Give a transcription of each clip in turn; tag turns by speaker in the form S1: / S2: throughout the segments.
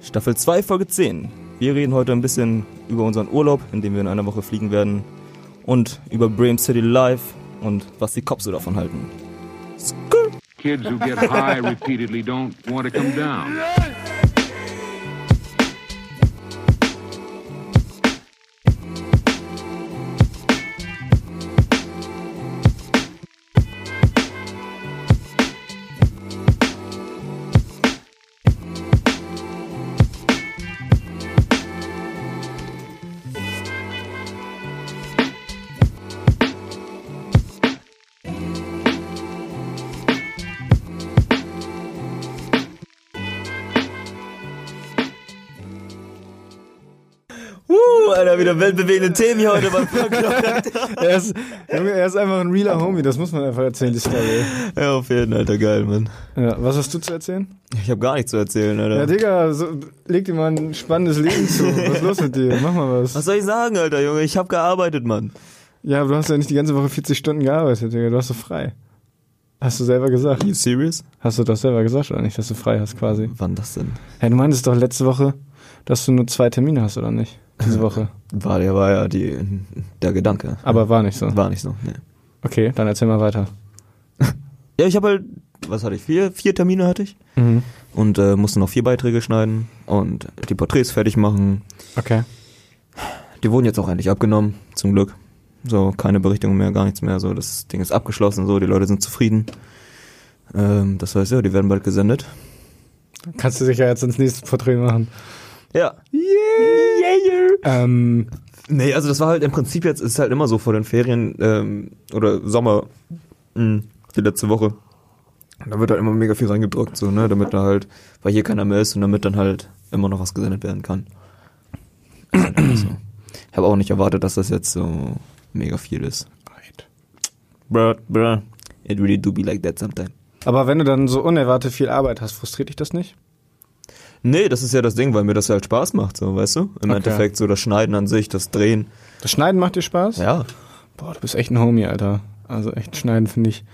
S1: Staffel 2, Folge 10. Wir reden heute ein bisschen über unseren Urlaub, in dem wir in einer Woche fliegen werden. Und über Bream City Live und was die Cops so davon halten. Skrr.
S2: Kids who get high repeatedly don't want to come down.
S1: Uh, Alter, wieder weltbewegende Themen hier heute beim Podcast.
S3: Er ist, Junge, er ist einfach ein realer Homie, das muss man einfach erzählen, die Story.
S1: ja, auf jeden Alter, geil, Mann.
S3: Ja, was hast du zu erzählen?
S1: Ich habe gar nichts zu erzählen, Alter.
S3: Ja, Digga, so, leg dir mal ein spannendes Leben zu. Was ist los mit dir? Mach mal was.
S1: was soll ich sagen, Alter, Junge? Ich habe gearbeitet, Mann.
S3: Ja, aber du hast ja nicht die ganze Woche 40 Stunden gearbeitet, Digga. Du hast so frei. Hast du selber gesagt.
S1: You serious?
S3: Hast du doch selber gesagt, oder nicht, dass du frei hast quasi.
S1: Wann das denn?
S3: Hey, du meintest doch letzte Woche, dass du nur zwei Termine hast, oder nicht? Diese Woche.
S1: War ja, war ja die, der Gedanke.
S3: Aber war nicht so.
S1: War nicht so, ne.
S3: Okay, dann erzähl mal weiter.
S1: Ja, ich habe halt, was hatte ich, vier, vier Termine hatte ich
S3: Mhm.
S1: und äh, musste noch vier Beiträge schneiden und die Porträts fertig machen.
S3: Okay.
S1: Die wurden jetzt auch endlich abgenommen, zum Glück. So, keine Berichtigung mehr, gar nichts mehr. So, das Ding ist abgeschlossen, so, die Leute sind zufrieden. Ähm, das heißt, ja, die werden bald gesendet.
S3: Kannst du sicher jetzt ins nächste Porträt machen.
S1: Ja. Yeah. yeah.
S3: Ähm,
S1: Nee, also das war halt im Prinzip jetzt, ist halt immer so vor den Ferien ähm, oder Sommer, mh, die letzte Woche. Da wird halt immer mega viel reingedrückt, so, ne, damit da halt, weil hier keiner mehr ist und damit dann halt immer noch was gesendet werden kann. so. Ich habe auch nicht erwartet, dass das jetzt so mega viel ist. Bruh, bruh. It really do be like that sometimes.
S3: aber wenn du dann so unerwartet viel Arbeit hast, frustriert dich das nicht?
S1: Nee, das ist ja das Ding, weil mir das halt Spaß macht, so, weißt du? Im
S3: Okay.
S1: Endeffekt so das Schneiden an sich, das Drehen.
S3: Das Schneiden macht dir Spaß?
S1: Ja.
S3: Boah, du bist echt ein Homie, Alter. Also echt schneiden finde ich.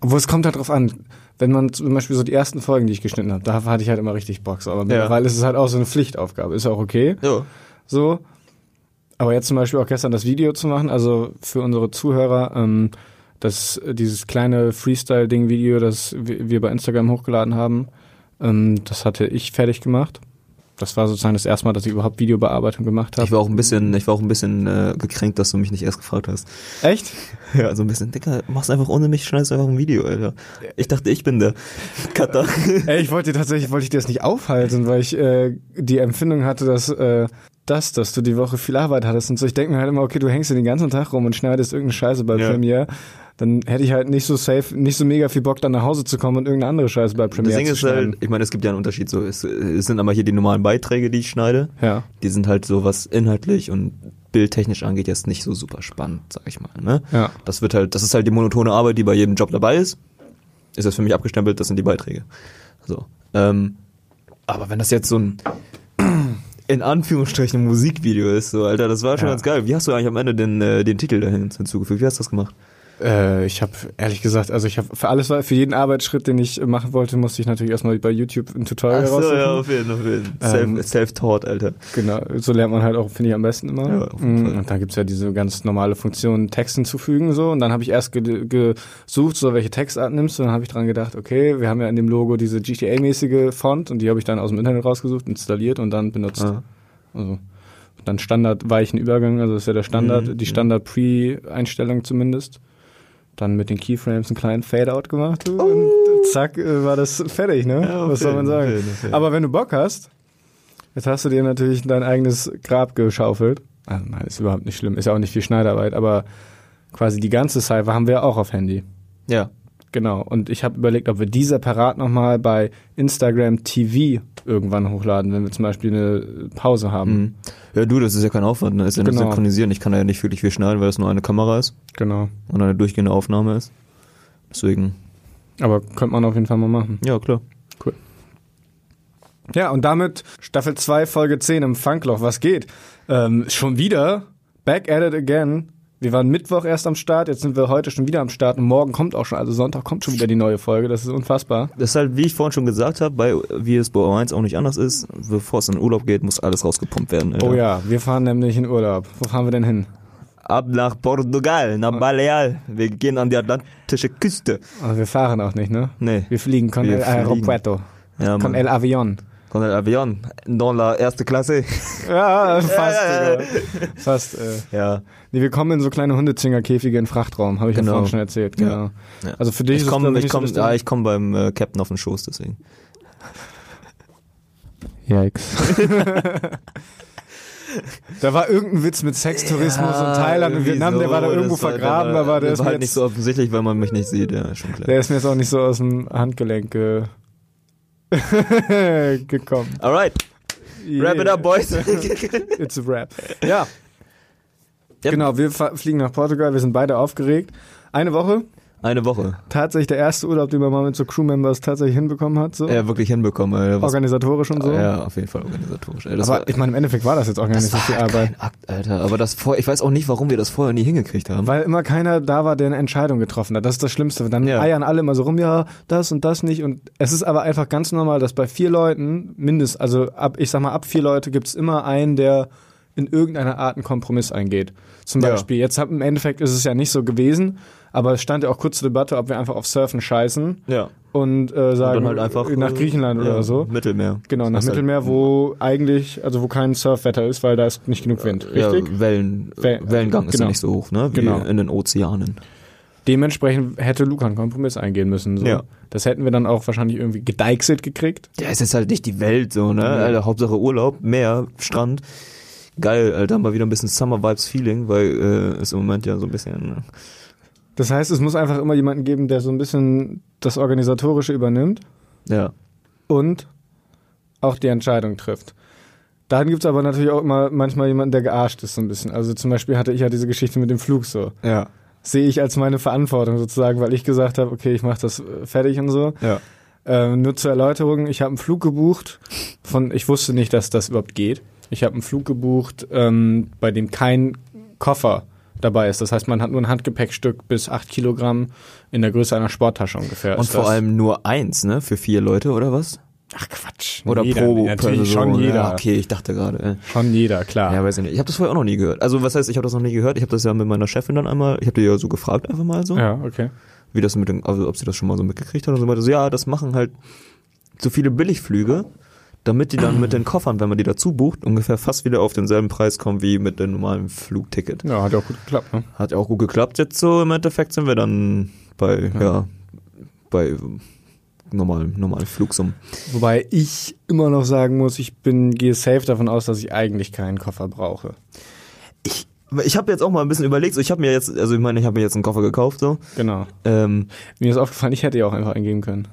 S3: Obwohl es kommt halt drauf an. Wenn man zum Beispiel so die ersten Folgen, die ich geschnitten habe, da hatte ich halt immer richtig Bock. So. Aber mittlerweile ist es halt auch so eine Pflichtaufgabe. Ist auch okay.
S1: So.
S3: So. Aber jetzt zum Beispiel auch gestern das Video zu machen, also für unsere Zuhörer, ähm, das, äh, dieses kleine Freestyle-Ding-Video, das wi- wir bei Instagram hochgeladen haben, ähm, das hatte ich fertig gemacht. Das war sozusagen das erste Mal, dass ich überhaupt Videobearbeitung gemacht
S1: Ich
S3: habe.
S1: war auch ein bisschen, ich war auch ein bisschen äh, gekränkt, dass du mich nicht erst gefragt hast.
S3: Echt?
S1: Ja, so ein bisschen, Dicker, mach's einfach ohne mich, schneidest einfach ein Video, Alter. Ich dachte, ich bin der Cutter.
S3: Ey, ich wollte dir tatsächlich, wollte ich dir das nicht aufhalten, weil ich äh, die Empfindung hatte, dass äh, das, dass du die Woche viel Arbeit hattest und so. Ich denke mir halt immer, okay, du hängst hier den ganzen Tag rum und schneidest irgendeine Scheiße bei
S1: Ja.
S3: Premiere. Dann hätte ich halt nicht so safe, nicht so mega viel Bock, dann nach Hause zu kommen und irgendeine andere Scheiße bei
S1: Das
S3: Premiere
S1: Ding
S3: zu
S1: ist halt,
S3: schneiden.
S1: ich meine, es gibt ja einen Unterschied so. Es, es sind aber hier die normalen Beiträge, die ich schneide.
S3: Ja.
S1: Die sind halt so, was inhaltlich und bildtechnisch angeht, jetzt nicht so super spannend, sag ich mal. Ne?
S3: Ja.
S1: Das wird halt, das ist halt die monotone Arbeit, die bei jedem Job dabei ist. Ist das für mich abgestempelt, das sind die Beiträge. So. Ähm, aber wenn das jetzt so ein in Anführungsstrichen Musikvideo ist, so, Alter, das war schon
S3: Ja.
S1: ganz geil. Wie hast du eigentlich am Ende den, äh, den Titel dahin hinzugefügt? Wie hast du das gemacht?
S3: Äh, ich habe ehrlich gesagt, also ich habe für alles, für jeden Arbeitsschritt, den ich machen wollte, musste ich natürlich erstmal bei YouTube ein Tutorial raussuchen.
S1: jeden Fall.
S3: Ähm,
S1: Self, Self-taught, Alter.
S3: Genau, so lernt man halt auch, finde ich, am besten immer.
S1: Ja, auf jeden
S3: Mm,
S1: Fall.
S3: und da gibt's ja diese ganz normale Funktion, Text hinzufügen so. Und dann habe ich erst ge gesucht, so welche Textart nimmst du. Und dann habe ich dran gedacht, okay, wir haben ja in dem Logo diese GTA-mäßige Font und die habe ich dann aus dem Internet rausgesucht, installiert und dann benutzt.
S1: Ja.
S3: Also und dann standardweichen Übergang, also das ist ja der Standard,
S1: Mhm,
S3: die Standard-Pre-Einstellung zumindest. Dann mit den Keyframes einen kleinen Fade-out gemacht du, und zack, äh, war das fertig, ne?
S1: Oh! Ja, auf
S3: Was soll
S1: jeden,
S3: man sagen?
S1: auf jeden, auf jeden.
S3: Aber wenn du Bock hast, Jetzt hast du dir natürlich dein eigenes Grab geschaufelt. Also nein, ist überhaupt nicht schlimm. Ist ja auch nicht viel Schneidarbeit, aber quasi die ganze Cypher haben wir ja auch auf Handy.
S1: Ja.
S3: Genau. Und ich habe überlegt, ob wir die separat nochmal bei Instagram TV irgendwann hochladen, wenn wir zum Beispiel eine Pause haben.
S1: Mhm. Ja, du, das ist ja kein Aufwand, ne? Ist ja nur
S3: Genau.
S1: synchronisieren. Ich kann da ja nicht wirklich viel schneiden, weil das nur eine Kamera ist
S3: Genau.
S1: und eine durchgehende Aufnahme ist. Deswegen,
S3: Aber könnte man auf jeden Fall mal machen.
S1: ja, klar.
S3: Ja, und damit Staffel 2, Folge 10 im Funkloch. Was geht? Ähm, schon wieder. Back at it again. Wir waren Mittwoch erst am Start, jetzt sind wir heute schon wieder am Start und morgen kommt auch schon, also Sonntag kommt schon wieder die neue Folge, das ist unfassbar.
S1: Das ist halt, wie ich vorhin schon gesagt habe, bei, wie es bei O1 auch nicht anders ist, bevor es in den Urlaub geht, muss alles rausgepumpt werden. Alter.
S3: Oh ja, wir fahren nämlich in Urlaub. Wo fahren wir denn hin?
S1: Ab nach Portugal, nach Baleal. Wir gehen an die atlantische Küste.
S3: Also wir fahren auch nicht, ne?
S1: Nee.
S3: Wir fliegen con
S1: Wir
S3: el
S1: fliegen.
S3: aeropuerto.
S1: Ja,
S3: con
S1: Mann.
S3: el avión.
S1: Con el avión, dans la erste Klasse.
S3: Ja, fast. Digga. Fast. Äh.
S1: Ja.
S3: Nee, wir kommen in so kleine Hundezwingerkäfige in Frachtraum, habe ich ja
S1: Genau.
S3: vorhin schon erzählt. Genau.
S1: Ja.
S3: Also für dich
S1: Ich
S3: ist es
S1: komme
S3: glaub
S1: ich komm,
S3: nicht
S1: ah, ich komm beim äh, Captain auf den Schoß, deswegen.
S3: Yikes. da war irgendein Witz mit Sextourismus und Thailand und
S1: irgendwie
S3: Vietnam, der
S1: so,
S3: war da irgendwo
S1: das war-
S3: vergraben,
S1: war,
S3: aber der ist,
S1: war
S3: mir
S1: halt
S3: jetzt,
S1: nicht so offensichtlich, weil man mich nicht sieht, ja, schon klar.
S3: der ist mir jetzt auch nicht so aus dem Handgelenk äh, gekommen.
S1: Alright, wrap it up, boys.
S3: It's a wrap.
S1: ja. Yep.
S3: Genau, wir fa- fliegen nach Portugal, wir sind beide aufgeregt. Eine Woche,
S1: Eine Woche.
S3: tatsächlich der erste Urlaub, den man mal mit so Crewmembers tatsächlich hinbekommen hat, so
S1: Ja, wirklich hinbekommen, Alter. Was,
S3: organisatorisch und so.
S1: Ja, auf jeden Fall organisatorisch. Ey, das
S3: aber
S1: war,
S3: ich meine, im Endeffekt war das jetzt auch gar nicht so viel
S1: halt
S3: Arbeit.
S1: kein Akt, Alter. Aber das vor, ich weiß auch nicht, warum wir das vorher nie hingekriegt haben.
S3: Weil immer keiner da war, der eine Entscheidung getroffen hat. Das ist das Schlimmste. Dann
S1: Ja.
S3: eiern alle immer so rum, ja, das und das nicht. Und es ist aber einfach ganz normal, dass bei vier Leuten, mindestens, also ab, ich sag mal, ab vier Leute gibt es immer einen, der in irgendeiner Art einen Kompromiss eingeht. Zum
S1: Ja.
S3: Beispiel, jetzt hab, im Endeffekt ist es ja nicht so gewesen, aber es stand ja auch kurz zur Debatte, ob wir einfach auf Surfen scheißen
S1: ja.
S3: und äh, sagen,
S1: Dann halt einfach
S3: nach
S1: äh,
S3: Griechenland
S1: ja,
S3: oder so.
S1: Mittelmeer.
S3: Genau, nach
S1: Das ist halt
S3: Mittelmeer, wo eigentlich, also wo kein Surfwetter ist, weil da ist nicht genug Wind,
S1: halt,
S3: richtig?
S1: Ja, Wellen,
S3: Wel-
S1: Wellengang ist ja
S3: genau.
S1: nicht so hoch, ne? Wie
S3: Genau.
S1: in den Ozeanen.
S3: Dementsprechend hätte Luca einen Kompromiss eingehen müssen. So.
S1: Ja.
S3: Das hätten wir dann auch wahrscheinlich irgendwie gedeichselt gekriegt.
S1: Ja, es ist halt nicht die Welt so, ne? Alter, Hauptsache Urlaub, Meer, Strand. Geil, Alter, mal wieder ein bisschen Summer Vibes Feeling, weil äh, ist im Moment ja so ein bisschen. Ne?
S3: Das heißt, es muss einfach immer jemanden geben, der so ein bisschen das Organisatorische übernimmt
S1: Ja.
S3: und auch die Entscheidung trifft. Dann gibt's aber natürlich auch immer manchmal jemanden, der gearscht ist so ein bisschen. Also zum Beispiel hatte ich ja diese Geschichte mit dem Flug so.
S1: Ja.
S3: Sehe ich als meine Verantwortung sozusagen, weil ich gesagt habe, okay, ich mache das äh, fertig und so.
S1: Ja.
S3: Ähm, nur zur Erläuterung, ich habe einen Flug gebucht von, ich wusste nicht, dass das überhaupt geht. Ich habe einen Flug gebucht, ähm, bei dem kein Koffer dabei ist. Das heißt, man hat nur ein Handgepäckstück bis 8 Kilogramm in der Größe einer Sporttasche ungefähr.
S1: Und
S3: ist
S1: vor
S3: das.
S1: allem nur eins, ne? Für vier Leute, oder was?
S3: Ach Quatsch.
S1: Oder
S3: jeder,
S1: pro Person.
S3: Natürlich schon jeder.
S1: Ja, okay, ich dachte gerade. Äh.
S3: Schon jeder, klar.
S1: Ja, weiß ich nicht. Ich habe das vorher auch noch nie gehört. Also was heißt, ich habe das noch nie gehört. Ich habe das ja mit meiner Chefin dann einmal, ich habe die ja so gefragt einfach mal so,
S3: Ja, okay.
S1: wie das mit dem, also ob sie das schon mal so mitgekriegt hat und so meinte so, ja, das machen halt so viele Billigflüge, damit die dann mit den Koffern, wenn man die dazu bucht, ungefähr fast wieder auf denselben Preis kommen wie mit dem normalen Flugticket.
S3: Ja, hat ja auch gut geklappt, ne?
S1: Hat ja auch gut geklappt jetzt so. Im Endeffekt sind wir dann bei, ja, bei normalen, normalen Flugsummen.
S3: Wobei ich immer noch sagen muss, ich bin, gehe safe davon aus, dass ich eigentlich keinen Koffer brauche.
S1: Ich, ich habe jetzt auch mal ein bisschen überlegt, so ich habe mir jetzt, also ich meine, ich habe mir jetzt einen Koffer gekauft so.
S3: Genau.
S1: Ähm,
S3: Mir ist aufgefallen, ich hätte ja auch einfach einen geben können.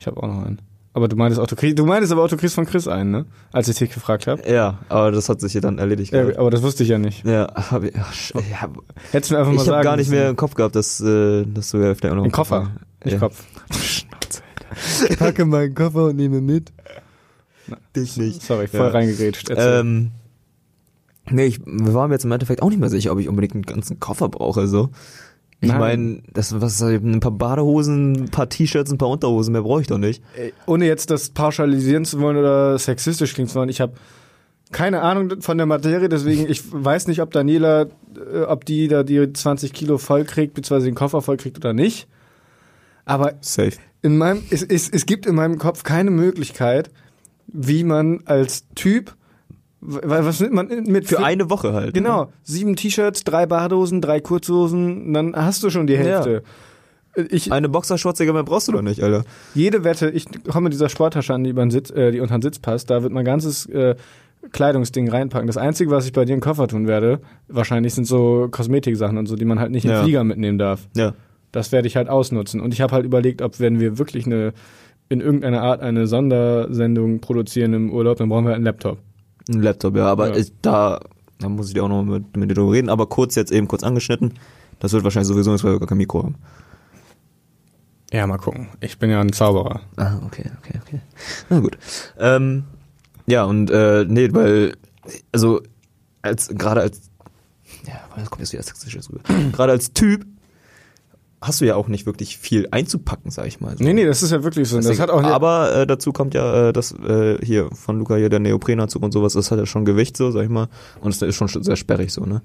S3: Ich habe auch noch einen. Aber du meintest auch, du kriegst, du meintest aber auch, du kriegst von Chris einen, ne? Als ich dich gefragt habe.
S1: ja, aber das hat sich hier dann erledigt. gehabt.
S3: Ja, aber das wusste ich ja nicht.
S1: Ja, hab ich, ach, sch- ich habe
S3: Hättest du mir einfach mal
S1: ich
S3: sagen
S1: hab gar nicht
S3: müssen.
S1: mehr im Kopf gehabt, dass, äh, dass du ja vielleicht auch noch
S3: Einen Koffer. Nicht
S1: Ja.
S3: Kopf. Ich packe meinen Koffer und nehme mit.
S1: Dich nicht.
S3: Sorry, voll
S1: Ja.
S3: reingegrätscht. Erzähl.
S1: Ähm, nee, ich, wir waren jetzt im Endeffekt auch nicht mehr sicher, ob ich unbedingt einen ganzen Koffer brauche. So. Ich
S3: Nein.
S1: meine, das was äh, ein paar Badehosen, ein paar T-Shirts, ein paar Unterhosen, mehr brauche ich doch nicht.
S3: Ey, ohne jetzt das pauschalisieren zu wollen oder sexistisch klingen zu wollen, ich habe keine Ahnung von der Materie, deswegen ich weiß nicht, ob Daniela, äh, ob die da die 20 Kilo voll kriegt, beziehungsweise den Koffer voll kriegt oder nicht. Aber
S1: Safe.
S3: in meinem, es, es, es gibt in meinem Kopf keine Möglichkeit, wie man als Typ, weil was nimmt man mit
S1: Für eine Woche halt.
S3: Genau, sieben T-Shirts, drei Badehosen, drei Kurzhosen, dann hast du schon die Hälfte. Ich,
S1: Eine Boxershortsäge mehr brauchst du doch nicht, Alter.
S3: jede Wette, ich komme mit dieser Sporttasche an, die, über den Sitz, äh, die unter den Sitz passt, da wird mein ganzes äh, Kleidungsding reinpacken. Das Einzige, was ich bei dir in den Koffer tun werde, wahrscheinlich sind so Kosmetiksachen und so, die man halt nicht in den
S1: Ja.
S3: Flieger mitnehmen darf.
S1: Ja.
S3: Das werde ich halt ausnutzen. Und ich habe halt überlegt, ob wenn wir wirklich eine in irgendeiner Art eine Sondersendung produzieren im Urlaub, dann brauchen wir halt einen Laptop.
S1: Ein Laptop, ja, aber
S3: Ja.
S1: Ich, da, da muss ich dir auch noch mit, mit dir drüber reden, aber kurz jetzt eben kurz angeschnitten. Das wird wahrscheinlich sowieso nicht, weil wir gar kein Mikro haben.
S3: Ja, mal gucken. Ich bin ja ein Zauberer.
S1: Ah, okay, okay, okay. Na gut. Ähm, ja, und äh, nee, weil, also, als gerade als ja, weil das kommt jetzt wieder sexistisch rüber. Gerade als Typ hast du ja auch nicht wirklich viel einzupacken, sag ich mal. So.
S3: Nee, nee, das ist ja wirklich so. Und das Ah,
S1: Deswegen,
S3: hat auch
S1: aber äh, dazu kommt ja äh, das äh, hier von Luca hier der Neoprenanzug und sowas, das hat ja schon Gewicht so, sag ich mal, und das ist schon sehr sperrig so, ne?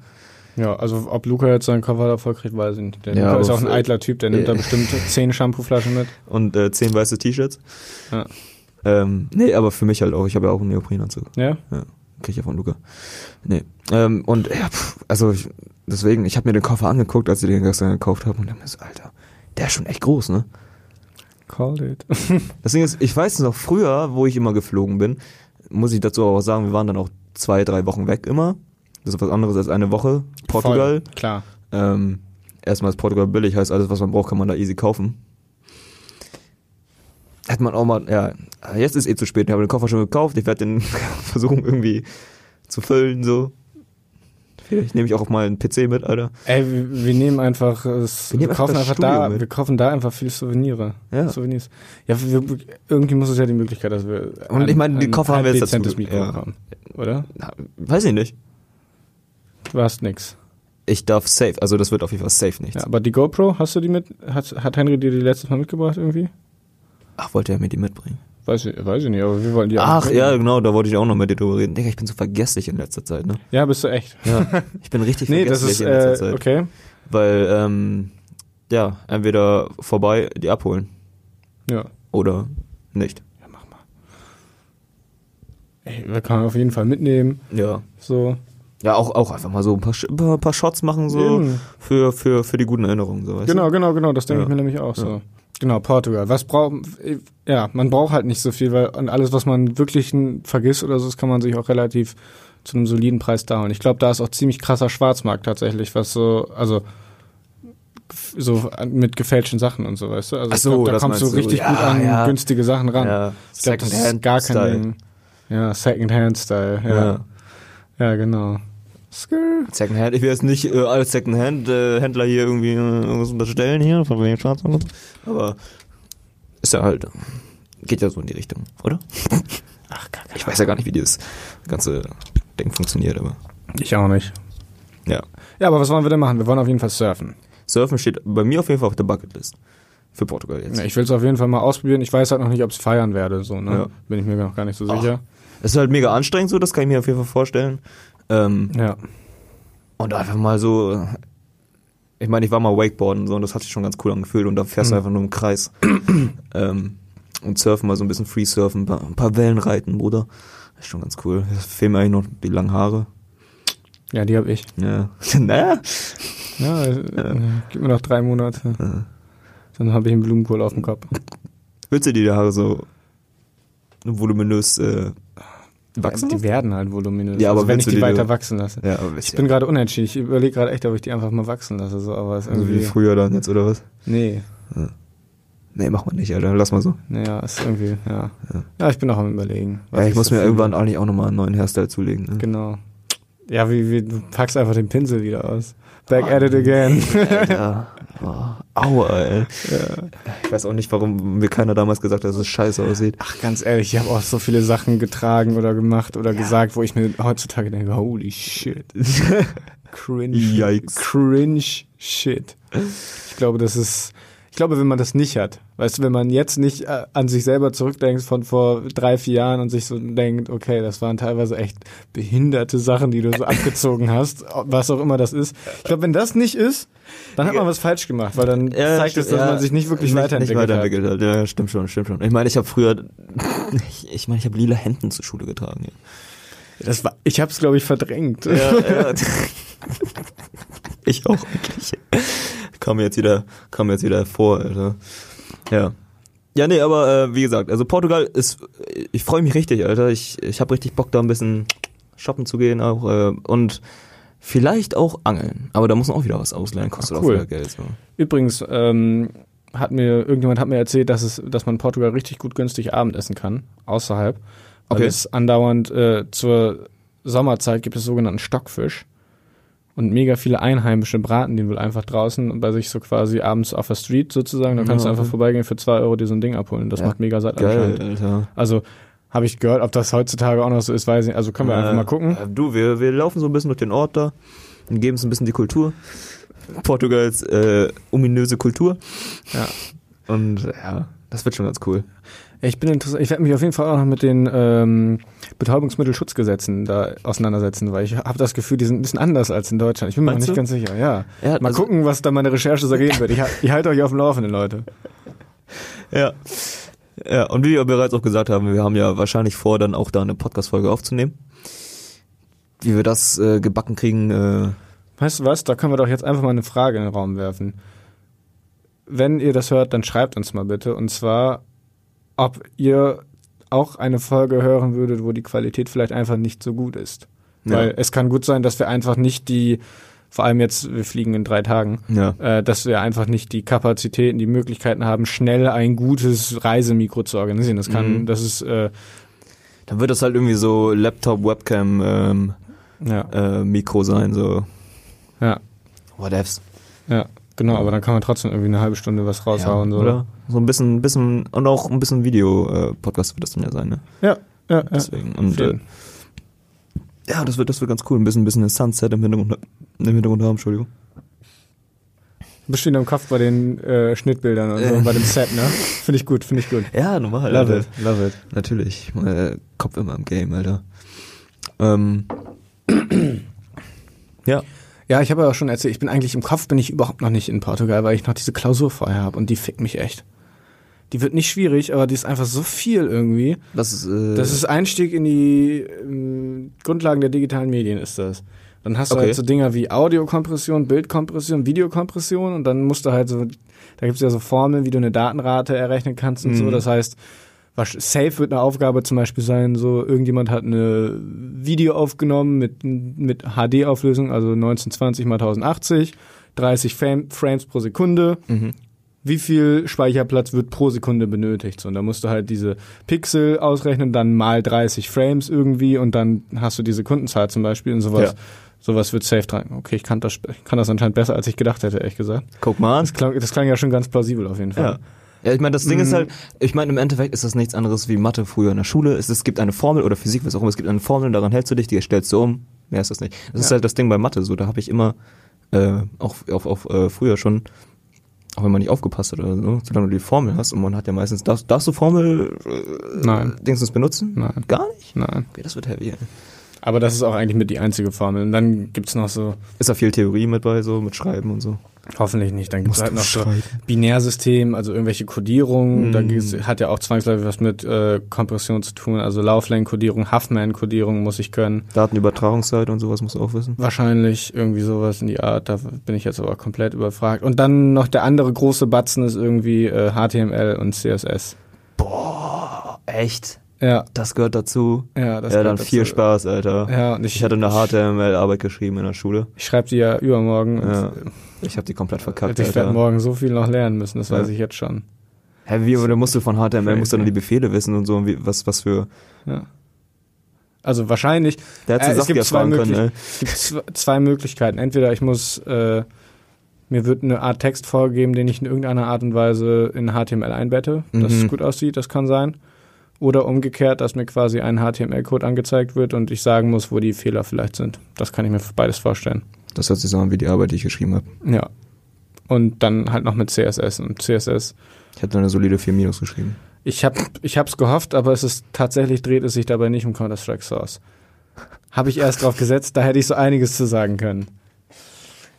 S3: ja, also ob Luca jetzt seinen Cover da vollkriegt, weiß ich nicht. Der
S1: Ja,
S3: Luca ist
S1: aber
S3: auch ein
S1: für-
S3: eitler Typ, der nimmt da bestimmt zehn Shampooflaschen mit.
S1: Und äh, zehn weiße T-Shirts.
S3: Ja.
S1: Ähm, nee, aber für mich halt auch, ich habe ja auch einen Neoprenanzug.
S3: Ja?
S1: Ja, krieg ich ja von Luca. Nee. Ähm, und ja, pff, also ich, deswegen, ich habe mir den Koffer angeguckt, als ich den gestern gekauft habe und dann mir so, Alter, der ist schon echt groß, ne?
S3: Called it.
S1: Das Ding ist, ich weiß noch früher, wo ich immer geflogen bin, muss ich dazu aber auch sagen, wir waren dann auch zwei, drei Wochen weg immer. Das ist was anderes als eine Woche. Portugal.
S3: Voll, klar.
S1: Ähm, erstmal ist Portugal billig, heißt alles, was man braucht, kann man da easy kaufen. Hat man auch mal, ja, jetzt ist eh zu spät, ich habe den Koffer schon gekauft, ich werde den versuchen irgendwie zu füllen, so. Vielleicht nehme ich auch mal einen PC mit, Alter.
S3: Ey, wir, wir nehmen einfach, es, wir,
S1: Wir nehmen
S3: kaufen
S1: einfach
S3: einfach
S1: das Studio
S3: da,
S1: mit.
S3: wir kaufen da einfach viele Souveniere.
S1: Ja.
S3: Souvenirs. Ja, wir, irgendwie muss es ja die Möglichkeit, dass wir
S1: Und ich meine, die Koffer haben wir jetzt dazu-
S3: dezentes Mikro
S1: ja.
S3: haben, oder?
S1: Na, weiß ich nicht.
S3: Du hast nix.
S1: Ich darf safe, also das wird auf jeden Fall safe nichts.
S3: Ja, aber die GoPro, hast du die mit, hat, hat Henry dir die letztes Mal mitgebracht irgendwie?
S1: Ach, wollte er mir die mitbringen?
S3: Weiß ich, weiß ich nicht, aber wir wollen die auch
S1: Ach,
S3: mitbringen.
S1: ja, genau, da wollte ich auch noch mit dir drüber reden. Digga, ich bin so vergesslich in letzter Zeit, ne?
S3: Ja, bist du echt.
S1: Ja, ich bin richtig
S3: Nee, das
S1: vergesslich in
S3: ist,
S1: letzter
S3: äh,
S1: Zeit.
S3: okay.
S1: Weil, ähm, ja, entweder vorbei, die abholen
S3: Ja.
S1: oder nicht.
S3: ja, mach mal. Ey, wir können auf jeden Fall mitnehmen,
S1: Ja.
S3: so.
S1: Ja, auch, auch einfach mal so ein paar, Sch- paar, paar Shots machen, so
S3: Eben.
S1: für, für, für die guten Erinnerungen. So, weißt
S3: Genau, genau, genau, das denke
S1: Ja.
S3: ich mir nämlich auch so. Genau, Portugal. Was braucht, ja, man braucht halt nicht so viel, weil an alles, was man wirklich n- vergisst oder so, das kann man sich auch relativ zu einem soliden Preis da holen. Ich glaube, da ist auch ziemlich krasser Schwarzmarkt tatsächlich, was so, also gef- so an- mit gefälschten Sachen und so, weißt du? Also
S1: Ach
S3: ich
S1: so,
S3: glaub, da
S1: das
S3: kommst du
S1: meinst du.
S3: richtig
S1: Ja,
S3: gut an
S1: ja.
S3: günstige Sachen
S1: du?
S3: ran.
S1: Ja,
S3: Ich glaub, das ist
S1: Secondhand
S3: gar kein
S1: Style.
S3: Ding. Ja, Secondhand-Style. Ja.
S1: Ja.
S3: ja, genau. Skrrr.
S1: Secondhand, ich will jetzt nicht äh, als Secondhand-Händler hier irgendwie äh, irgendwas unterstellen hier, von wegen Schwarz und so. Aber ist ja halt, geht ja so in die Richtung, oder? Ach, gar Ich weiß ja gar nicht, wie dieses ganze Ding funktioniert, aber
S3: Ich auch nicht.
S1: ja.
S3: Ja, aber was wollen wir denn machen? Wir wollen auf jeden Fall surfen.
S1: Surfen steht bei mir auf jeden Fall auf der Bucketlist. Für Portugal jetzt.
S3: Ja, ich will es auf jeden Fall mal ausprobieren. Ich weiß halt noch nicht, ob es feiern werde. So, ne?
S1: Ja.
S3: Bin ich mir noch gar nicht so
S1: Ach.
S3: sicher.
S1: Es ist halt mega anstrengend so, das kann ich mir auf jeden Fall vorstellen. Ähm,
S3: Ja.
S1: und einfach mal so, ich meine, ich war mal Wakeboarden so und das hat sich schon ganz cool angefühlt und da fährst du einfach nur im Kreis. ähm, und surfen mal so ein bisschen free surfen, ein paar, ein paar Wellen reiten, Bruder. Das ist schon ganz cool. Es fehlen mir eigentlich noch die langen Haare.
S3: Ja, die habe ich.
S1: Ja. naja.
S3: Ja, äh, Gib mir noch drei Monate. Dann habe ich einen Blumenkohl auf dem Kopf.
S1: Willst du dir die Haare so voluminös äh, wachsen?
S3: Die
S1: lassen?
S3: werden halt voluminös.
S1: Ja, aber
S3: also, wenn ich
S1: willst du
S3: die
S1: die
S3: weiter
S1: so-
S3: wachsen lasse.
S1: Ja, aber
S3: Ich bin gerade unentschieden. Ich überlege gerade echt, ob ich die einfach mal wachsen lasse. So, aber ist
S1: so Also wie
S3: irgendwie.
S1: früher dann jetzt, oder was?
S3: nee.
S1: Nee, mach mal nicht, Alter. Lass mal so.
S3: Naja, ist irgendwie. Ja. Ja, ich bin auch am Überlegen. was
S1: Ja, ich muss
S3: so
S1: mir
S3: finde.
S1: irgendwann eigentlich auch nochmal einen neuen Hairstyle zulegen. Ne?
S3: Genau. Ja, wie, wie, du packst einfach den Pinsel wieder aus. Back at it again.
S1: Alter. Oh, aua, ey. Ich weiß auch nicht, warum mir keiner damals gesagt hat, dass es scheiße aussieht.
S3: Ach, ganz ehrlich, ich habe auch so viele Sachen getragen oder gemacht oder gesagt, wo ich mir heutzutage denke, holy shit. Cringe.
S1: Yikes.
S3: Cringe shit. Ich glaube, das ist. Ich glaube, wenn man das nicht hat, weißt du, wenn man jetzt nicht äh, an sich selber zurückdenkt von vor drei, vier Jahren und sich so denkt, okay, das waren teilweise echt behinderte Sachen, die du so abgezogen hast, was auch immer das ist. Ich glaube, wenn das nicht ist, dann hat man was falsch gemacht, weil dann zeigt es, dass man sich nicht wirklich weiterentwickelt,
S1: nicht weiterentwickelt hat. Ja, stimmt schon, stimmt schon. Ich meine, ich habe früher, ich, ich meine, ich habe lila Hemden zur Schule getragen. Ja.
S3: hat. Das war, ich habe es, glaube ich, verdrängt.
S1: Ja, ja. ich auch eigentlich. Kam mir jetzt wieder, kam mir jetzt wieder vor, Alter. Ja. Ja, nee, aber äh, wie gesagt, also Portugal ist, ich freue mich richtig, Alter. Ich, ich habe richtig Bock, da ein bisschen shoppen zu gehen auch äh, und vielleicht auch angeln. Aber da muss man auch wieder was ausleihen, kostet
S3: Ach, cool.
S1: auch wieder Geld. So.
S3: Übrigens, ähm, hat mir, irgendjemand hat mir erzählt, dass, es, dass man in Portugal richtig gut günstig Abendessen kann, außerhalb. Weil
S1: Okay.
S3: es andauernd äh, zur Sommerzeit gibt es sogenannten Stockfisch. Und mega viele Einheimische braten den wohl einfach draußen und bei sich so quasi abends auf der Street sozusagen. Da kannst
S1: Ja,
S3: du
S1: Ah,
S3: einfach
S1: okay.
S3: vorbeigehen für zwei Euro dir so ein Ding abholen. Das
S1: Ja,
S3: macht mega satt
S1: Geil,
S3: anscheinend.
S1: Alter.
S3: Also habe ich gehört, ob das heutzutage auch noch so ist, weiß ich nicht. Also können wir einfach
S1: Äh,
S3: mal gucken.
S1: äh, Du, wir, wir laufen so ein bisschen durch den Ort da. und geben uns ein bisschen die Kultur. Portugals äh, ominöse Kultur.
S3: Ja.
S1: Und ja, das wird schon ganz cool.
S3: Ich bin interessant. Ich werde mich auf jeden Fall auch noch mit den ähm, Betäubungsmittelschutzgesetzen da auseinandersetzen, weil ich habe das Gefühl, die sind ein bisschen anders als in Deutschland. Ich bin mir noch
S1: Meinst
S3: nicht
S1: du?
S3: ganz sicher. Ja.
S1: Er hat
S3: Mal
S1: also-
S3: gucken, was da meine Recherche so geben wird. Ich, ha- ich halte euch auf dem Laufenden, Leute.
S1: Ja. Ja, und wie wir bereits auch gesagt haben, wir haben ja wahrscheinlich vor, dann auch da eine Podcast-Folge aufzunehmen. Wie wir das äh, gebacken kriegen, äh,
S3: Weißt du was? Da können wir doch jetzt einfach mal eine Frage in den Raum werfen. Wenn ihr das hört, dann schreibt uns mal bitte. Und zwar, ob ihr auch eine Folge hören würdet, wo die Qualität vielleicht einfach nicht so gut ist.
S1: Ja.
S3: Weil es kann gut sein, dass wir einfach nicht die, vor allem jetzt, wir fliegen in drei Tagen,
S1: Ja.
S3: äh, dass wir einfach nicht die Kapazitäten, die Möglichkeiten haben, schnell ein gutes Reisemikro zu organisieren. Das kann, das ist, äh,
S1: dann wird das halt irgendwie so Laptop-Webcam-Mikro
S3: ja,
S1: ähm, äh, Mikro sein, so
S3: ja,
S1: whatevs,
S3: ja, genau. Aber dann kann man trotzdem irgendwie eine halbe Stunde was raushauen, so.
S1: oder? So ein bisschen, bisschen, und auch ein bisschen Video-Podcast wird das dann ja sein, ne?
S3: Ja, ja, ja.
S1: Deswegen. Und
S3: Schön.
S1: äh, ja, das wird, das wird ganz cool. Ein bisschen, ein bisschen das Sunset im Hintergrund, im Hintergrund haben, Entschuldigung.
S3: Bestimmt im Kopf bei den äh, Schnittbildern und so,
S1: Äh.
S3: und bei dem Set, ne? Finde ich gut, finde ich gut.
S1: Ja, normal.
S3: Love
S1: Alter.
S3: it, love it.
S1: Natürlich. Äh, Kopf immer im Game, Alter. Ähm. ja.
S3: Ja, ich habe ja auch schon erzählt, ich bin eigentlich im Kopf bin ich überhaupt noch nicht in Portugal, weil ich noch diese Klausur vorher habe und die fickt mich echt. Die wird nicht schwierig, aber die ist einfach so viel irgendwie.
S1: Das ist, äh,
S3: Das ist Einstieg in die ähm, Grundlagen der digitalen Medien, ist das. Dann hast du
S1: Okay.
S3: halt so Dinger wie Audiokompression, Bildkompression, Videokompression und dann musst du halt so, da gibt's ja so Formeln, wie du eine Datenrate errechnen kannst und so. Das heißt, was safe wird eine Aufgabe zum Beispiel sein, so irgendjemand hat eine Video aufgenommen mit, mit HD-Auflösung, also 1920 mal 1080, 30 Fam Frames pro Sekunde wie viel Speicherplatz wird pro Sekunde benötigt. So, und da musst du halt diese Pixel ausrechnen, dann mal 30 Frames irgendwie und dann hast du die Sekundenzahl zum Beispiel und sowas.
S1: Ja.
S3: Sowas wird safe dran. Okay, ich kann das, sp- ich kann das anscheinend besser, als ich gedacht hätte, ehrlich gesagt.
S1: guck mal an.
S3: Das klang, das klang ja schon ganz plausibel auf jeden Fall.
S1: Ja. Ja, ich meine, das Ding ist halt, ich meine, im Endeffekt ist das nichts anderes wie Mathe früher in der Schule. Es, es gibt eine Formel oder Physik, was auch immer, es gibt eine Formel, daran hältst du dich, die stellst du um. Mehr ist das nicht. Das ist halt das Ding bei Mathe, so, da habe ich immer, äh, auch, auch, auch äh, früher schon, auch wenn man nicht aufgepasst hat oder so, solange du die Formel hast und man hat ja meistens, darfst, darfst du Formel äh,
S3: Nein,
S1: Dingsens benutzen?
S3: Nein.
S1: Gar nicht?
S3: nein.
S1: Okay, das wird heavy. ey.
S3: Aber das ist auch eigentlich mit die einzige Formel. Und dann gibt's noch so,
S1: Ist da viel Theorie mit bei, so mit Schreiben und so.
S3: Hoffentlich nicht. Dann gibt's
S1: Musst
S3: halt
S1: du
S3: noch so
S1: schreiben.
S3: Binärsystem, also irgendwelche Codierungen.
S1: Mhm.
S3: Da gibt's, hat ja auch zwangsläufig was mit äh, Kompression zu tun. Also Lauflängenkodierung, Huffman-Kodierung muss ich können.
S1: Datenübertragungszeit und sowas musst du auch wissen.
S3: Wahrscheinlich irgendwie sowas in die Art. Da bin ich jetzt aber komplett überfragt. Und dann noch der andere große Batzen ist irgendwie äh, HTML und CSS.
S1: Echt?
S3: Ja,
S1: Das gehört dazu.
S3: ja, das
S1: ja,
S3: gehört
S1: dann viel
S3: dazu.
S1: Spaß, Alter.
S3: Ja, und
S1: Ich
S3: ich,
S1: hatte eine HTML-Arbeit geschrieben in der Schule.
S3: ich schreibe die ja übermorgen.
S1: Ja.
S3: Und,
S1: Ich habe die komplett
S3: äh,
S1: verkackt,
S3: ich werde
S1: Alter.
S3: morgen so viel noch lernen müssen, das
S1: Ja.
S3: weiß ich jetzt schon.
S1: Hä, wie, aber da musst du von HTML, musst du dann
S3: Crazy.
S1: die Befehle wissen und so, und wie, was, was für...
S3: Also wahrscheinlich.
S1: Da hättest du
S3: es
S1: Saskia
S3: gibt zwei
S1: fragen können, ey.
S3: Möglich- Es gibt zw- zwei Möglichkeiten. Entweder ich muss, äh, mir wird eine Art Text vorgegeben, den ich in irgendeiner Art und Weise in HTML einbette, dass
S1: Mhm.
S3: es gut aussieht, das kann sein. Oder umgekehrt, dass mir quasi ein HTML-Code angezeigt wird und ich sagen muss, wo die Fehler vielleicht sind. Das kann ich mir für beides vorstellen.
S1: Das hört sich so an wie die Arbeit, die ich geschrieben habe.
S3: Ja. Und dann halt noch mit CSS. Und CSS,
S1: Ich habe eine solide 4 Minus geschrieben.
S3: ich habe ich hab's gehofft, aber es ist tatsächlich dreht es sich dabei nicht um Counter-Strike Source. Habe ich erst drauf gesetzt, da hätte ich so einiges zu sagen können.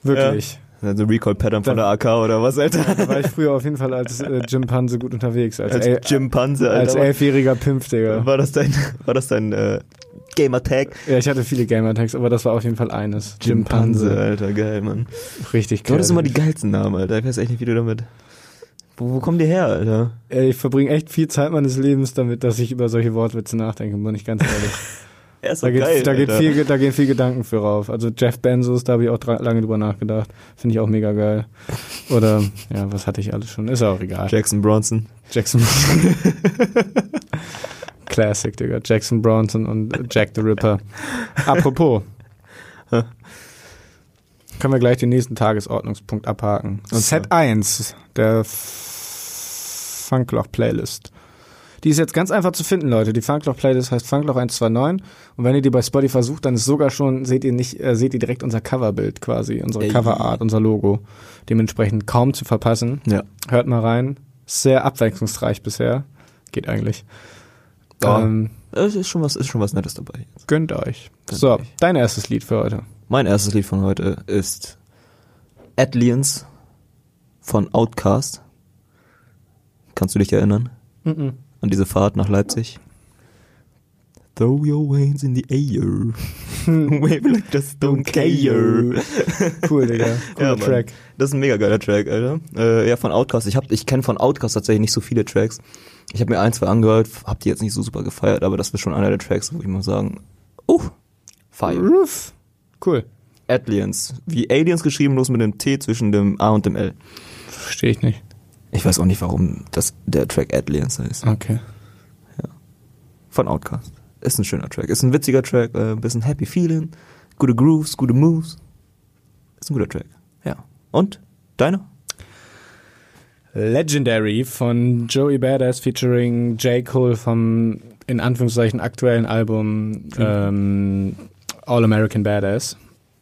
S3: Wirklich.
S1: Also Recall-Pattern von der AK oder was, Alter?
S3: Da war ich früher auf jeden Fall als äh, Jimpanse gut unterwegs. Als,
S1: Als
S3: El-
S1: Chimpanse,
S3: als
S1: Alter.
S3: elfjähriger Pimpf, Digga.
S1: war das dein, war das dein äh, Gamertag?
S3: Ja, ich hatte viele Gamertags, aber das war auf jeden Fall eines.
S1: Chimpanse, Alter, geil, Mann.
S3: Richtig
S1: Du
S3: geil.
S1: hattest immer die geilsten Namen, Alter. Ich weiß echt nicht, wie du damit. Wo, wo kommen die her, Alter?
S3: Ey, ich verbringe echt viel Zeit meines Lebens damit, dass ich über solche Wortwitze nachdenke, bin ich ganz ehrlich.
S1: Er ist
S3: Da,
S1: doch
S3: geht,
S1: geil,
S3: da, geht
S1: Alter.
S3: viel, da gehen viel Gedanken für rauf. Also Jeff Benzos, da habe ich auch dra- lange drüber nachgedacht. Finde ich auch mega geil. Oder, ja, was hatte ich alles schon? Ist auch egal.
S1: Jackson Bronson.
S3: Jackson. Classic, Digga. Jackson Bronson und Jack the Ripper. Apropos. Können wir gleich den nächsten Tagesordnungspunkt abhaken.
S1: Und
S3: Set
S1: zwar?
S3: 1 der F- Funkloch-Playlist. Die ist jetzt ganz einfach zu finden, Leute. Die Funkloch-Playlist heißt Funkloch 129. Und wenn ihr die bei Spotify sucht, dann ist sogar schon, seht ihr nicht, äh, seht ihr direkt unser Coverbild quasi, unsere
S1: Ey.
S3: Coverart, unser Logo. Dementsprechend kaum zu verpassen.
S1: Ja.
S3: Hört mal rein. Sehr abwechslungsreich bisher. Geht eigentlich.
S1: Ja.
S3: Ähm,
S1: Es ist schon was, ist schon was Nettes dabei.
S3: gönnt euch.
S1: Gönnt
S3: so,
S1: euch.
S3: dein erstes Lied für heute.
S1: Mein erstes Lied von heute ist Atlians von Outcast. Kannst du dich erinnern? An diese Fahrt nach Leipzig? Throw your wings in the air. Wave like just don't care.
S3: cool, Digga. Cooler
S1: Mann.
S3: Track.
S1: Das ist ein mega geiler Track, Alter. Äh, ja, von Outcast. Ich, hab- ich kenne von Outcast tatsächlich nicht so viele Tracks. Ich habe mir ein, zwei angehört, hab die jetzt nicht so super gefeiert, aber das ist schon einer der Tracks, wo ich mal sagen, oh, fire.
S3: Roof. Cool.
S1: Atlians. Wie Aliens geschrieben, bloß mit dem T zwischen dem A und dem L.
S3: Verstehe ich nicht.
S1: Ich weiß auch nicht, warum das der Track Atlians heißt.
S3: Okay.
S1: Von Outcast. Ist ein schöner Track. Ist ein witziger Track, äh, ein bisschen happy feeling, gute Grooves, gute Moves. Ist ein guter Track. Ja. Und? Deiner?
S3: Legendary von Joey Badass featuring J. Cole vom in Anführungszeichen aktuellen
S1: Mhm.
S3: Album ähm, All American Badass.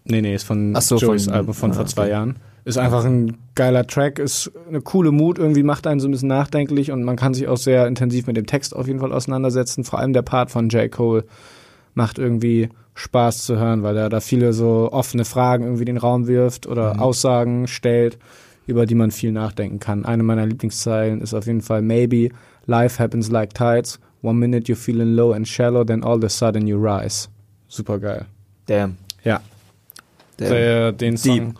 S3: Nee, nee, ist von
S1: Ach so,
S3: Joeys
S1: von-
S3: Album von
S1: ah,
S3: vor zwei
S1: okay.
S3: Jahren. Ist einfach ein geiler Track, ist eine coole Mut, irgendwie macht einen so ein bisschen nachdenklich und man kann sich auch sehr intensiv mit dem Text auf jeden Fall auseinandersetzen. Vor allem der Part von J. Cole macht irgendwie Spaß zu hören, weil er da viele so offene Fragen irgendwie in den Raum wirft oder Aussagen stellt, über die man viel nachdenken kann. Eine meiner Lieblingszeilen ist auf jeden Fall Maybe life happens like tides. One minute you're feeling low and shallow, then all of a sudden you rise. Super geil.
S1: Damn.
S3: Ja,
S1: Damn.
S3: der, den Song,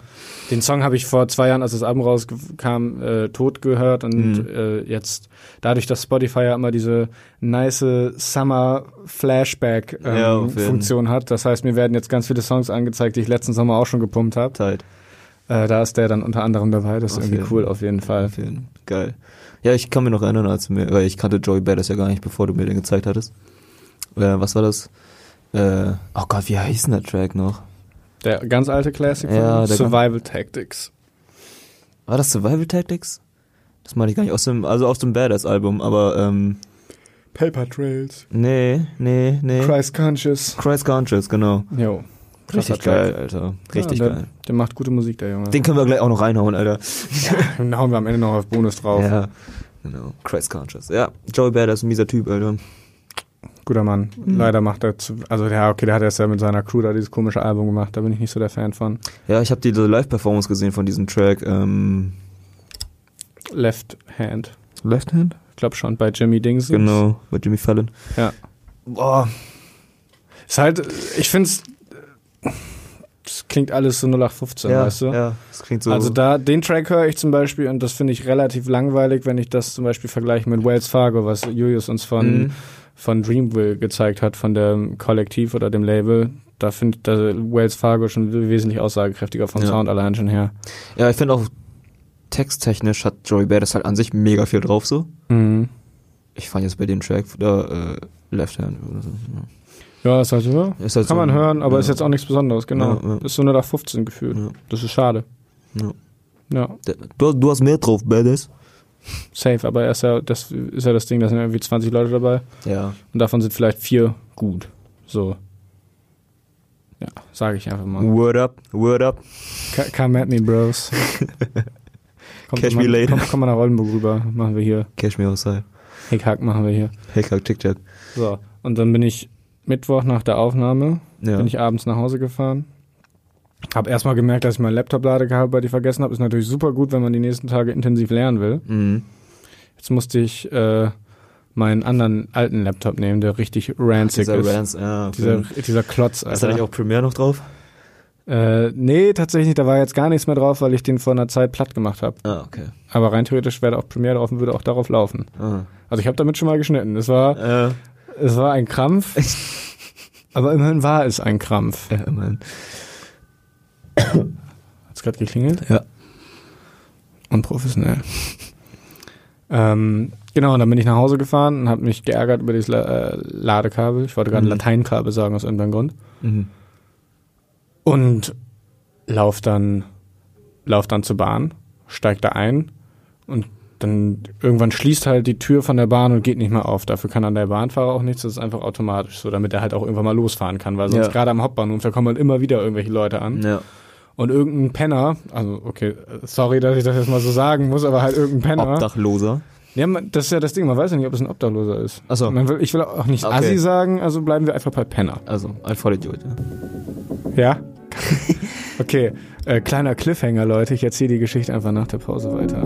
S3: den Song habe ich vor zwei Jahren, als das Album rauskam, äh, tot gehört und
S1: Mhm.
S3: äh, jetzt dadurch, dass Spotify ja immer diese nice Summer Flashback ähm,
S1: Ja, auf jeden.
S3: Funktion hat, das heißt, mir werden jetzt ganz viele Songs angezeigt, die ich letzten Sommer auch schon gepumpt habe.
S1: Tight.
S3: Äh, da ist der dann unter anderem dabei, das ist
S1: Auf
S3: irgendwie
S1: jeden.
S3: cool auf jeden Fall.
S1: Film. Geil. Ja, ich kann mir noch erinnern, als du mir, weil ich kannte Joey Badass ja gar nicht, bevor du mir den gezeigt hattest. Äh, was war das? Äh, oh Gott, wie hieß denn der Track noch?
S3: Der ganz alte Classic
S1: Ja,
S3: von
S1: der
S3: Survival Tactics.
S1: War das Survival Tactics? Das meine ich gar nicht aus dem, also aus dem Badass-Album, aber ähm,
S3: Paper Trails.
S1: nee, nee, nee.
S3: Christ Conscious.
S1: Christ Conscious, genau.
S3: Jo. krasser
S1: Richtig
S3: Track.
S1: geil, Alter. Richtig
S3: ja, der,
S1: geil.
S3: Der macht gute Musik, der Junge.
S1: Den können wir gleich auch noch reinhauen, Alter.
S3: Den hauen wir am Ende noch auf Bonus drauf.
S1: Ja. Genau. Christ Conscious. Ja, Joey Badass, ein mieser Typ, Alter.
S3: Guter Mann. Leider macht er zu, also ja, okay, der hat erst ja mit seiner Crew da dieses komische Album gemacht, da bin ich nicht so der Fan von.
S1: Ja, ich habe diese Live-Performance gesehen von diesem Track. Ähm,
S3: Left Hand.
S1: Left Hand?
S3: Ich glaube schon bei Jimmy Dings.
S1: Genau, bei Jimmy Fallon.
S3: Ja.
S1: Boah,
S3: Ist halt, ich find's, das klingt alles so 0815,
S1: ja,
S3: weißt du?
S1: ja, das klingt so.
S3: Also da, den Track höre ich zum Beispiel und das finde ich relativ langweilig, wenn ich das zum Beispiel vergleiche mit Wells Fargo, was Julius uns von,
S1: Mhm.
S3: von Dreamville gezeigt hat, von dem Kollektiv oder dem Label. Da finde ich da Wells Fargo schon wesentlich aussagekräftiger vom
S1: Ja.
S3: Sound allein schon her.
S1: ja, ich finde auch texttechnisch hat Joey Badass halt an sich mega viel drauf so.
S3: Mhm.
S1: Ich fand jetzt bei dem Track da äh, Left Hand oder so. ja.
S3: Ja, ist halt, ja,
S1: Ist halt
S3: kann
S1: so-
S3: man hören, aber
S1: ja.
S3: ist jetzt auch nichts Besonderes, genau.
S1: Ja, ja.
S3: Ist so nur nach 15 gefühlt.
S1: Ja.
S3: Das ist schade.
S1: Ja.
S3: Ja,
S1: Der- Du, du hast mehr drauf, Badass.
S3: safe, aber er ist ja, das ist ja das Ding, da sind irgendwie 20 Leute dabei
S1: Ja.
S3: und davon sind vielleicht vier gut. So. Ja, sage ich einfach mal.
S1: Word up, word up.
S3: Ca- Come at me, Bros. Kommt
S1: Catch
S3: mal,
S1: me later.
S3: Kommt, kommt mal nach Oldenburg rüber, machen wir hier.
S1: Cash me outside.
S3: Hickhack machen wir hier.
S1: Hickhack, Tick-Tack.
S3: So, und dann bin ich Mittwoch nach der Aufnahme
S1: Ja.
S3: bin ich abends nach Hause gefahren. Habe erstmal gemerkt, dass ich meinen Laptop-Ladekabel vergessen habe. Ist natürlich super gut, wenn man die nächsten Tage intensiv lernen will.
S1: Mhm.
S3: Jetzt musste ich äh, meinen anderen alten Laptop nehmen, der richtig rancid
S1: Dieser
S3: ist.
S1: Rance, ja.
S3: dieser,
S1: okay.
S3: dieser Klotz,
S1: ist da nicht
S3: Alter.
S1: auch Premiere noch drauf?
S3: Äh, nee, tatsächlich, nicht. da war jetzt gar nichts mehr drauf, weil ich den vor einer Zeit platt gemacht habe.
S1: Ah, okay.
S3: Aber rein theoretisch wäre da auch Premiere drauf und würde auch darauf laufen.
S1: Ah.
S3: Also ich habe damit schon mal geschnitten. Es war,
S1: Äh,
S3: es war ein Krampf, aber immerhin war es ein Krampf.
S1: ja, immerhin.
S3: Hat's gerade geklingelt?
S1: Ja.
S3: Unprofessionell. ähm, genau, und dann bin ich nach Hause gefahren und habe mich geärgert über dieses La äh, Ladekabel. Ich wollte gerade
S1: Mhm.
S3: Lateinkabel sagen aus irgendeinem Grund.
S1: Mhm.
S3: Und lauf dann, lauf dann zur Bahn, steig da ein und dann irgendwann schließt halt die Tür von der Bahn und geht nicht mehr auf. Dafür kann dann der Bahnfahrer auch nichts, das ist einfach automatisch so, damit er halt auch irgendwann mal losfahren kann, weil sonst
S1: Ja.
S3: gerade am Hauptbahnhof, da kommen halt immer wieder irgendwelche Leute an.
S1: Ja.
S3: Und irgendein Penner, also okay, sorry, dass ich das jetzt mal so sagen muss, aber halt irgendein Penner.
S1: Obdachloser.
S3: Ja, man, das ist ja das Ding, man weiß ja nicht, ob es ein Obdachloser ist.
S1: Ach so.
S3: Man will, ich will auch nicht
S1: Okay.
S3: Assi sagen, also bleiben wir einfach bei Penner.
S1: Also, ein Vollidiot. Ja.
S3: Ja? okay, äh, kleiner Cliffhanger, Leute. Ich erzähle die Geschichte einfach nach der Pause weiter.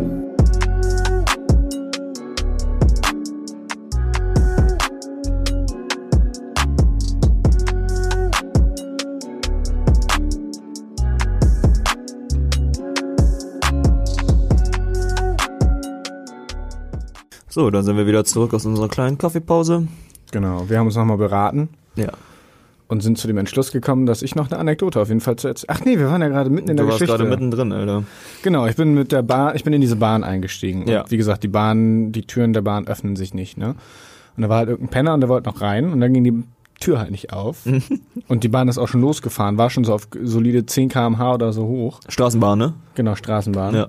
S1: So, dann sind wir wieder zurück aus unserer kleinen Kaffeepause.
S3: Genau, wir haben uns nochmal beraten
S1: Ja.
S3: und sind zu dem Entschluss gekommen, dass ich noch eine Anekdote auf jeden Fall zu erzählen. Ach nee, wir waren ja gerade mitten in
S1: Du
S3: der
S1: warst
S3: Geschichte.
S1: gerade mittendrin, Alter.
S3: Genau, ich bin mit der Bahn, ich bin in diese Bahn eingestiegen.
S1: Ja.
S3: Und wie gesagt, die Bahn, die Türen der Bahn öffnen sich nicht, ne? Und da war halt irgendein Penner und der wollte noch rein und dann ging die Tür halt nicht auf. und die Bahn ist auch schon losgefahren, war schon so auf solide 10 kmh oder so hoch.
S1: Straßenbahn, ne?
S3: Genau, Straßenbahn.
S1: Ja.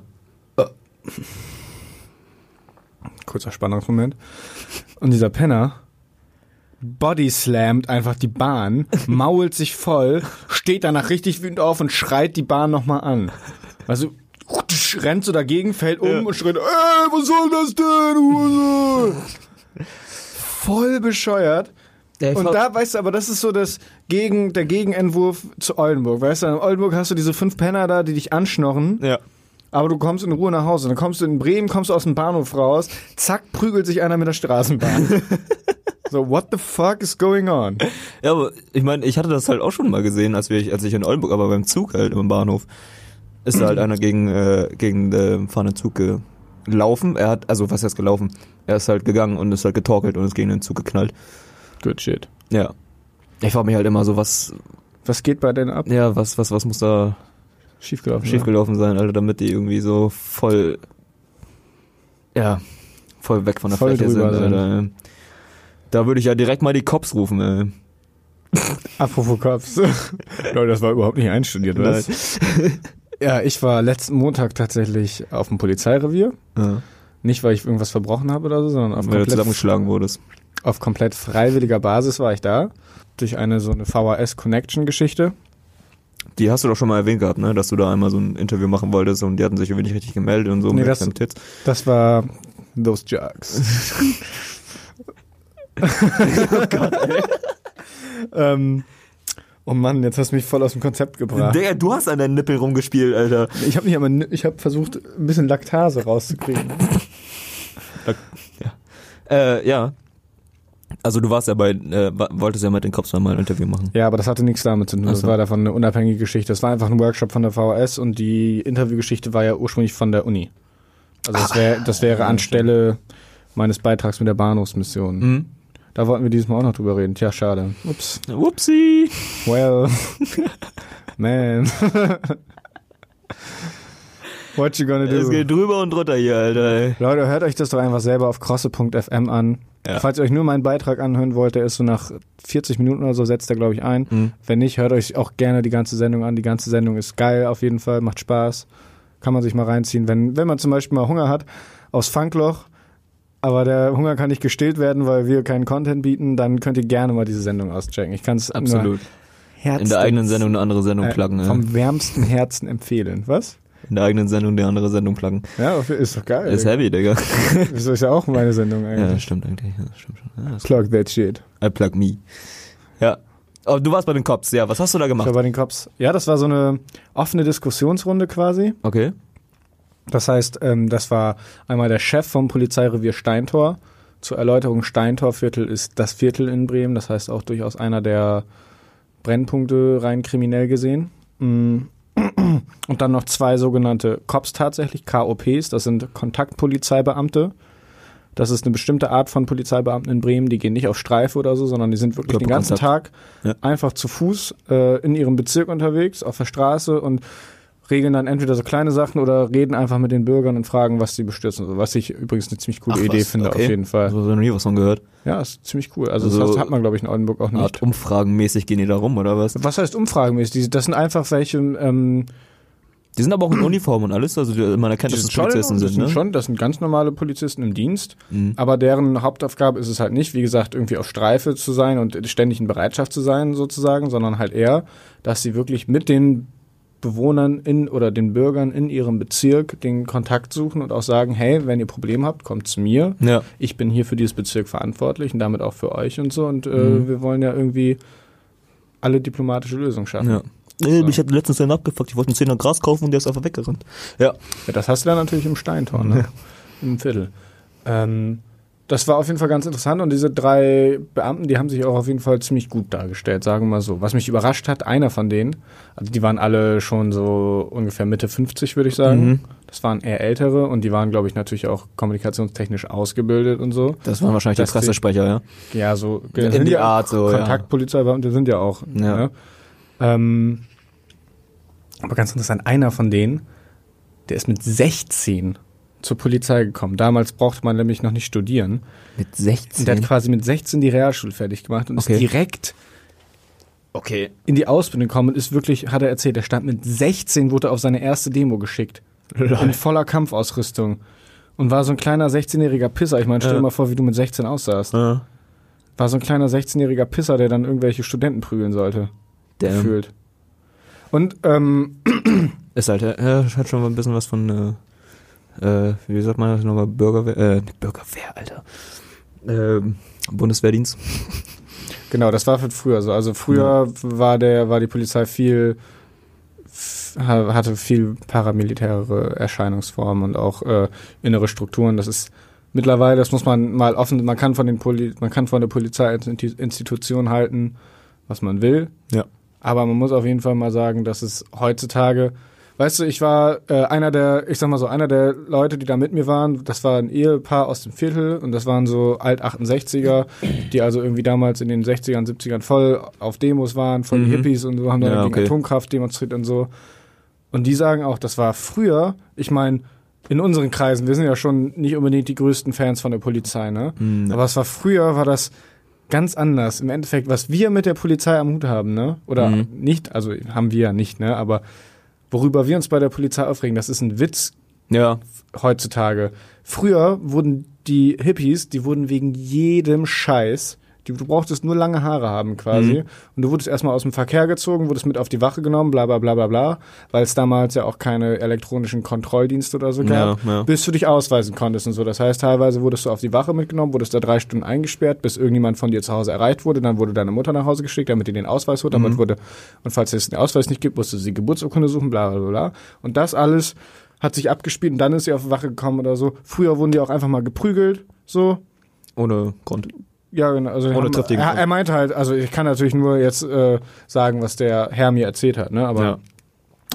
S3: Kurzer Spannungsmoment. Und dieser Penner body slammt einfach die Bahn, mault sich voll, steht danach richtig wütend auf und schreit die Bahn nochmal an. Also rennt so dagegen, fällt um und schreit, ey, was soll das denn? Hurensohn?" voll bescheuert.
S1: Der
S3: Und
S1: Ver-
S3: da weißt du, aber das ist so das gegen, der Gegenentwurf zu Oldenburg. Weißt du, in Oldenburg hast du diese fünf Penner da, die dich anschnorren.
S1: Ja.
S3: Aber du kommst in Ruhe nach Hause. Dann kommst du in Bremen, kommst du aus dem Bahnhof raus, zack, prügelt sich einer mit der Straßenbahn. so, what the fuck is going on?
S1: Ja, aber ich meine, ich hatte das halt auch schon mal gesehen, als, wir, als ich in Oldenburg, aber beim Zug halt im Bahnhof, ist da halt einer gegen, äh, gegen den fahrenden Zug gelaufen. Er hat, also was heißt gelaufen? Er ist halt gegangen und ist halt getorkelt und ist gegen den Zug geknallt.
S3: Good shit.
S1: Ja. Ich frage mich halt immer so, was,
S3: Was geht bei denen ab?
S1: ja, was, was, was muss da
S3: Schiefgelaufen.
S1: schiefgelaufen sein, Alter, damit die irgendwie so voll, ja, voll weg von der
S3: Voll
S1: Fläche sind,
S3: drüber sind.
S1: Alter. Da würde ich ja direkt mal die Cops rufen, ey.
S3: Apropos Cops. Leute, das war überhaupt nicht einstudiert, was? ja, ich war letzten Montag tatsächlich auf dem Polizeirevier.
S1: Ja.
S3: Nicht, weil ich irgendwas verbrochen habe oder so, sondern auf
S1: Wenn du
S3: komplett
S1: zusammengeschlagen wurdest.
S3: auf komplett freiwilliger Basis war ich da. Durch eine so eine VHS-Connection-Geschichte.
S1: Die hast du doch schon mal erwähnt gehabt, ne? Dass du da einmal so ein Interview machen wolltest und die hatten sich irgendwie nicht richtig gemeldet und so.
S3: Nee,
S1: mit
S3: das-
S1: deinen Tits.
S3: Das war Those Jugs. oh Gott, ey. ähm, oh Mann, jetzt hast du mich voll aus dem Konzept gebracht.
S1: Digga, du hast an deinen Nippel rumgespielt, Alter.
S3: Ich habe nicht einmal, ich habe versucht, ein bisschen Laktase rauszukriegen.
S1: Äh, ja. Also du warst ja bei, äh, wa- wolltest ja mit den Cops mal ein Interview machen.
S3: Ja, aber das hatte nichts damit zu tun. Das
S1: so.
S3: war davon eine unabhängige Geschichte. Das war einfach ein Workshop von der VHS und die Interviewgeschichte war ja ursprünglich von der Uni. Also das, wär, das wäre anstelle meines Beitrags mit der Bahnhofsmission.
S1: Mhm.
S3: Da wollten wir dieses Mal auch noch drüber reden. Tja, schade. Ups.
S1: Upsi.
S3: Well, man. What you gonna
S1: Es
S3: do?
S1: geht drüber und drunter hier, Alter. Ey.
S3: Leute, hört euch das doch einfach selber auf krosse.fm an.
S1: Ja.
S3: Falls ihr euch nur meinen Beitrag anhören wollt, der ist so nach 40 Minuten oder so, setzt er, glaube ich, ein.
S1: Mhm.
S3: Wenn nicht, hört euch auch gerne die ganze Sendung an. Die ganze Sendung ist geil auf jeden Fall, macht Spaß. Kann man sich mal reinziehen. Wenn, wenn man zum Beispiel mal Hunger hat, aus Funkloch, aber der Hunger kann nicht gestillt werden, weil wir keinen Content bieten, dann könnt ihr gerne mal diese Sendung auschecken. Ich kann es
S1: Absolut.
S3: Herzen,
S1: In der eigenen Sendung eine andere Sendung pluggen,
S3: äh,
S1: ey.
S3: vom wärmsten Herzen empfehlen. Was?
S1: In der eigenen Sendung eine andere Sendung pluggen.
S3: Ja, ist doch geil.
S1: Ist halt- heavy, Digga.
S3: Das ist Äh, ja auch meine Sendung
S1: Ja,
S3: eigentlich.
S1: das stimmt eigentlich. Ja, das stimmt schon. Ja, das
S3: Plug that shit.
S1: I plug me. Ja. Aber du warst bei den Cops, ja. Was hast du da
S3: Ich war
S1: gemacht?
S3: bei den Cops. Ja, das war so eine offene Diskussionsrunde quasi.
S1: Okay.
S3: Das heißt, ähm, das war einmal der Chef vom Polizeirevier Steintor. Zur Erläuterung, Steintorviertel ist das Viertel in Bremen. Das heißt auch durchaus einer der Brennpunkte rein kriminell gesehen. Mm. Und dann noch zwei sogenannte Cops tatsächlich, KOPs. Das sind Kontaktpolizeibeamte. Das ist eine bestimmte Art von Polizeibeamten in Bremen. Die gehen nicht auf Streife oder so, sondern die sind wirklich den ganzen Tag
S1: Körperkontakt. Ja.
S3: einfach zu Fuß äh, in ihrem Bezirk unterwegs, auf der Straße und regeln dann entweder so kleine Sachen oder reden einfach mit den Bürgern und fragen, was sie bestürzen. Also, Was ich übrigens eine ziemlich coole
S1: Ach,
S3: Idee
S1: was?
S3: finde,
S1: Okay.
S3: auf jeden
S1: Also,
S3: Fall.
S1: ich noch nie was von gehört.
S3: Ja, ist ziemlich cool. Also,
S1: Also,
S3: das hat man, glaube ich, in Oldenburg auch nicht.
S1: Art um umfragenmäßig gehen die da rum, oder was?
S3: Was heißt umfragenmäßig? Die- Das sind einfach welche, ähm,
S1: Die sind aber auch in Uniform und alles, also die- man erkennt, dass es Polizisten
S3: das
S1: sind, ne? Mhm.
S3: schon, das sind ganz normale Polizisten im Dienst, aber deren Hauptaufgabe ist es halt nicht, wie gesagt, irgendwie auf Streife zu sein und ständig in Bereitschaft zu sein sozusagen, sondern halt eher, dass sie wirklich mit den Bewohnern in oder den Bürgern in ihrem Bezirk den Kontakt suchen und auch sagen, hey, wenn ihr Probleme habt, kommt zu mir.
S1: Ja.
S3: Ich bin hier für dieses Bezirk verantwortlich und damit auch für euch und so und äh,
S1: Mhm.
S3: wir wollen ja irgendwie alle diplomatische Lösungen schaffen.
S1: Ja. Äh, Ich habe letztens einen abgefuckt, ich wollte einen Zehner Gras kaufen und der ist einfach weggerannt. Ja.
S3: Ja, das hast du dann natürlich im Steintor, ne? Im Viertel. Ähm, das war auf jeden Fall ganz interessant und diese drei Beamten, die haben sich auch auf jeden Fall ziemlich gut dargestellt, sagen wir mal so. Was mich überrascht hat, einer von denen, also die waren alle schon so ungefähr Mitte 50, würde ich sagen. Das waren eher ältere und die waren, glaube ich, natürlich auch kommunikationstechnisch ausgebildet und so.
S1: Das waren wahrscheinlich die
S3: Dass die-
S1: Pressesprecher, ja.
S3: Ja, so
S1: In
S3: sind
S1: die
S3: ja
S1: Art so, ja.
S3: Kontaktpolizeibeamte sind ja auch.
S1: Ja.
S3: Ne? Ähm, aber ganz interessant, einer von denen, der ist mit 16 zur Polizei gekommen. Damals brauchte man nämlich noch nicht studieren.
S1: Mit
S3: Und der
S1: 16.
S3: hat quasi mit 16 die Realschule fertig gemacht und
S1: Mhm. Okay.
S3: ist direkt
S1: Okay.
S3: in die Ausbildung gekommen und ist wirklich, hat er erzählt, er stand mit 16, wurde er auf seine erste Demo geschickt. In voller Kampfausrüstung. Und war so ein kleiner 16-jähriger Pisser. Ich meine, stell dir
S1: Ja.
S3: mal vor, wie du mit 16 aussahst.
S1: Ja.
S3: War so ein kleiner 16-jähriger Pisser, der dann irgendwelche Studenten prügeln sollte.
S1: Damn.
S3: Gefühlt. Und ähm,
S1: Ist halt, äh, hat schon mal ein bisschen was von, äh, äh, wie sagt man das nochmal, Bürgerwehr, äh, nicht Bürgerwehr, Alter. Ähm, Bundeswehrdienst.
S3: genau, das war für früher so. Also früher war der, war die Polizei viel f- ha- hatte viel paramilitäre Erscheinungsformen und auch äh, innere Strukturen. Das ist mittlerweile, das muss man mal offen, man kann von den Poli man kann von der Polizei als Inti- Institution halten, was man will.
S1: Ja.
S3: Aber man muss auf jeden Fall mal sagen, dass es heutzutage, weißt du, ich war äh, einer der, ich sag mal so, einer der Leute, die da mit mir waren, das war ein Ehepaar aus dem Viertel und das waren so alt 68er, die also irgendwie damals in den 60ern, 70ern voll auf Demos waren, voll die
S1: Mhm.
S3: Hippies und so, haben dann
S1: Ja,
S3: gegen
S1: okay.
S3: Atomkraft demonstriert und so. Und die sagen auch, das war früher, ich meine, in unseren Kreisen, wir sind ja schon nicht unbedingt die größten Fans von der Polizei, ne?
S1: Mhm.
S3: Aber es war früher, war das ganz anders. Im Endeffekt, was wir mit der Polizei am Hut haben, ne? Oder
S1: Mhm.
S3: nicht, also haben wir ja nicht, ne? Aber worüber wir uns bei der Polizei aufregen, das ist ein Witz
S1: Ja.
S3: heutzutage. Früher wurden die Hippies, die wurden wegen jedem Scheiß, die, du brauchtest nur lange Haare haben quasi.
S1: Mhm.
S3: Und du wurdest erstmal aus dem Verkehr gezogen, wurdest mit auf die Wache genommen, bla bla bla bla bla, weil es damals ja auch keine elektronischen Kontrolldienste oder so
S1: Ja,
S3: gab,
S1: ja.
S3: bis du dich ausweisen konntest und so. Das heißt, teilweise wurdest du auf die Wache mitgenommen, wurdest da drei Stunden eingesperrt, bis irgendjemand von dir zu Hause erreicht wurde. Dann wurde deine Mutter nach Hause geschickt, damit die den Ausweis holt.
S1: Mhm.
S3: Damit wurde, und falls es den Ausweis nicht gibt, musste sie die Geburtsurkunde suchen, bla bla bla, bla. Und das alles hat sich abgespielt und dann ist sie auf die Wache gekommen oder so. Früher wurden die auch einfach mal geprügelt, so.
S1: Ohne Grund.
S3: Ja, genau. Also
S1: Ohne
S3: haben,
S1: triftigen
S3: er,
S1: Grund.
S3: er meinte halt, also ich kann natürlich nur jetzt äh, sagen, was der Herr mir erzählt hat, ne? Aber
S1: Ja.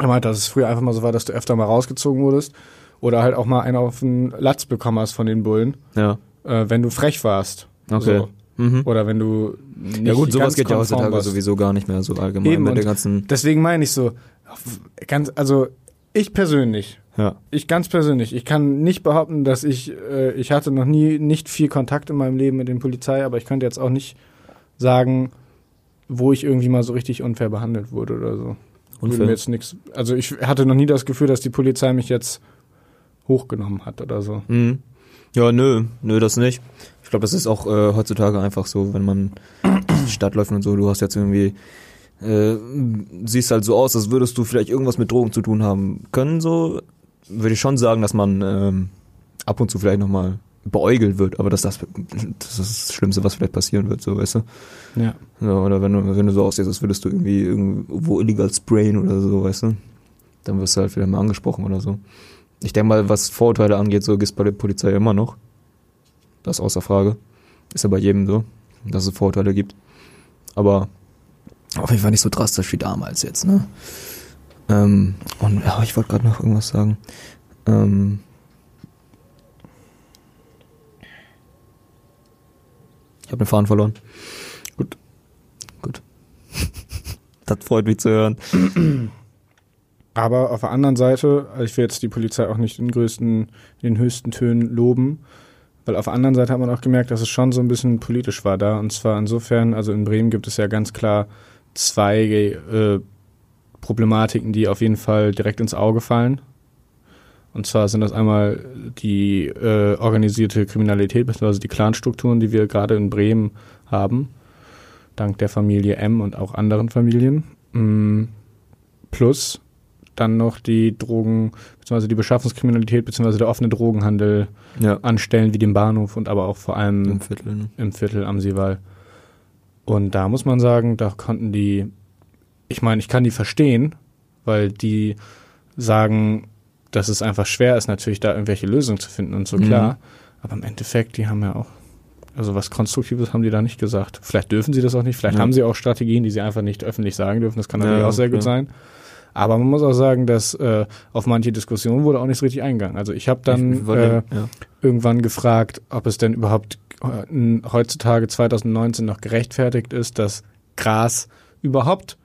S3: er meinte, dass es früher einfach mal so war, dass du öfter mal rausgezogen wurdest oder halt auch mal einen auf den Latz bekommen hast von den Bullen,
S1: Ja.
S3: äh, wenn du frech warst.
S1: Okay.
S3: So.
S1: Mhm.
S3: Oder wenn du nicht
S1: Ja gut, sowas
S3: ganz
S1: geht ja
S3: konform
S1: heutzutage
S3: warst.
S1: sowieso gar nicht mehr so allgemein
S3: Eben,
S1: mit der
S3: und
S1: ganzen.
S3: Deswegen meine ich so, ganz, also ich persönlich
S1: Ja.
S3: ich ganz persönlich, ich kann nicht behaupten, dass ich, äh, ich hatte noch nie nicht viel Kontakt in meinem Leben mit den Polizei, aber ich könnte jetzt auch nicht sagen, wo ich irgendwie mal so richtig unfair behandelt wurde oder so. Würde mir
S1: Unfair.
S3: jetzt nichts. Also ich hatte noch nie das Gefühl, dass die Polizei mich jetzt hochgenommen hat oder so.
S1: Mhm. Ja, nö, nö, das nicht. Ich glaube, das ist auch äh, heutzutage einfach so, wenn man durch die Stadt läuft und so, du hast jetzt irgendwie, äh, siehst halt so aus, als würdest du vielleicht irgendwas mit Drogen zu tun haben können, so würde ich schon sagen, dass man ähm, ab und zu vielleicht nochmal beäugelt wird, aber dass das, das ist das Schlimmste, was vielleicht passieren wird, so, weißt du?
S3: Ja.
S1: Ja, oder wenn du, wenn du so aussiehst, als würdest du irgendwie irgendwo illegal sprayen oder so, weißt du? Dann wirst du halt wieder mal angesprochen oder so. Ich denke mal, was Vorurteile angeht, so gibt's bei der Polizei immer noch. Das ist außer Frage. Ist ja bei jedem so, dass es Vorurteile gibt. Aber auf jeden Fall nicht so drastisch wie damals jetzt, ne? Ähm, und ja, ich wollte gerade noch irgendwas sagen. Ähm, ich habe den Faden verloren. Gut. Gut. das freut mich zu hören.
S3: Aber auf der anderen Seite, also ich will jetzt die Polizei auch nicht in, größten, in den höchsten Tönen loben, weil auf der anderen Seite hat man auch gemerkt, dass es schon so ein bisschen politisch war da. Und zwar insofern, also in Bremen gibt es ja ganz klar zwei äh, Problematiken, die auf jeden Fall direkt ins Auge fallen. Und zwar sind das einmal die äh, organisierte Kriminalität, beziehungsweise die Clanstrukturen, die wir gerade in Bremen haben, dank der Familie M und auch anderen Familien. Mm, Plus dann noch die Drogen, beziehungsweise die Beschaffungskriminalität, beziehungsweise der offene Drogenhandel
S1: Ja.
S3: an Stellen wie dem Bahnhof und aber auch vor allem
S1: Im Viertel, ne?
S3: im Viertel am Seewall. Und da muss man sagen, da konnten die, ich meine, ich kann die verstehen, weil die sagen, dass es einfach schwer ist, natürlich da irgendwelche Lösungen zu finden
S1: Mhm.
S3: und so, klar. Aber im Endeffekt, die haben ja auch, also was Konstruktives haben die da nicht gesagt. Vielleicht dürfen sie das auch nicht, vielleicht
S1: Ja.
S3: haben sie auch Strategien, die sie einfach nicht öffentlich sagen dürfen, das kann
S1: Ja,
S3: natürlich auch sehr
S1: klar.
S3: gut sein. Aber man muss auch sagen, dass äh, auf manche Diskussionen wurde auch nichts richtig eingegangen. Also ich habe dann
S1: Ich-
S3: äh,
S1: warte, ja.
S3: irgendwann gefragt, ob es denn überhaupt äh, heutzutage 2019 noch gerechtfertigt ist, dass Gras überhaupt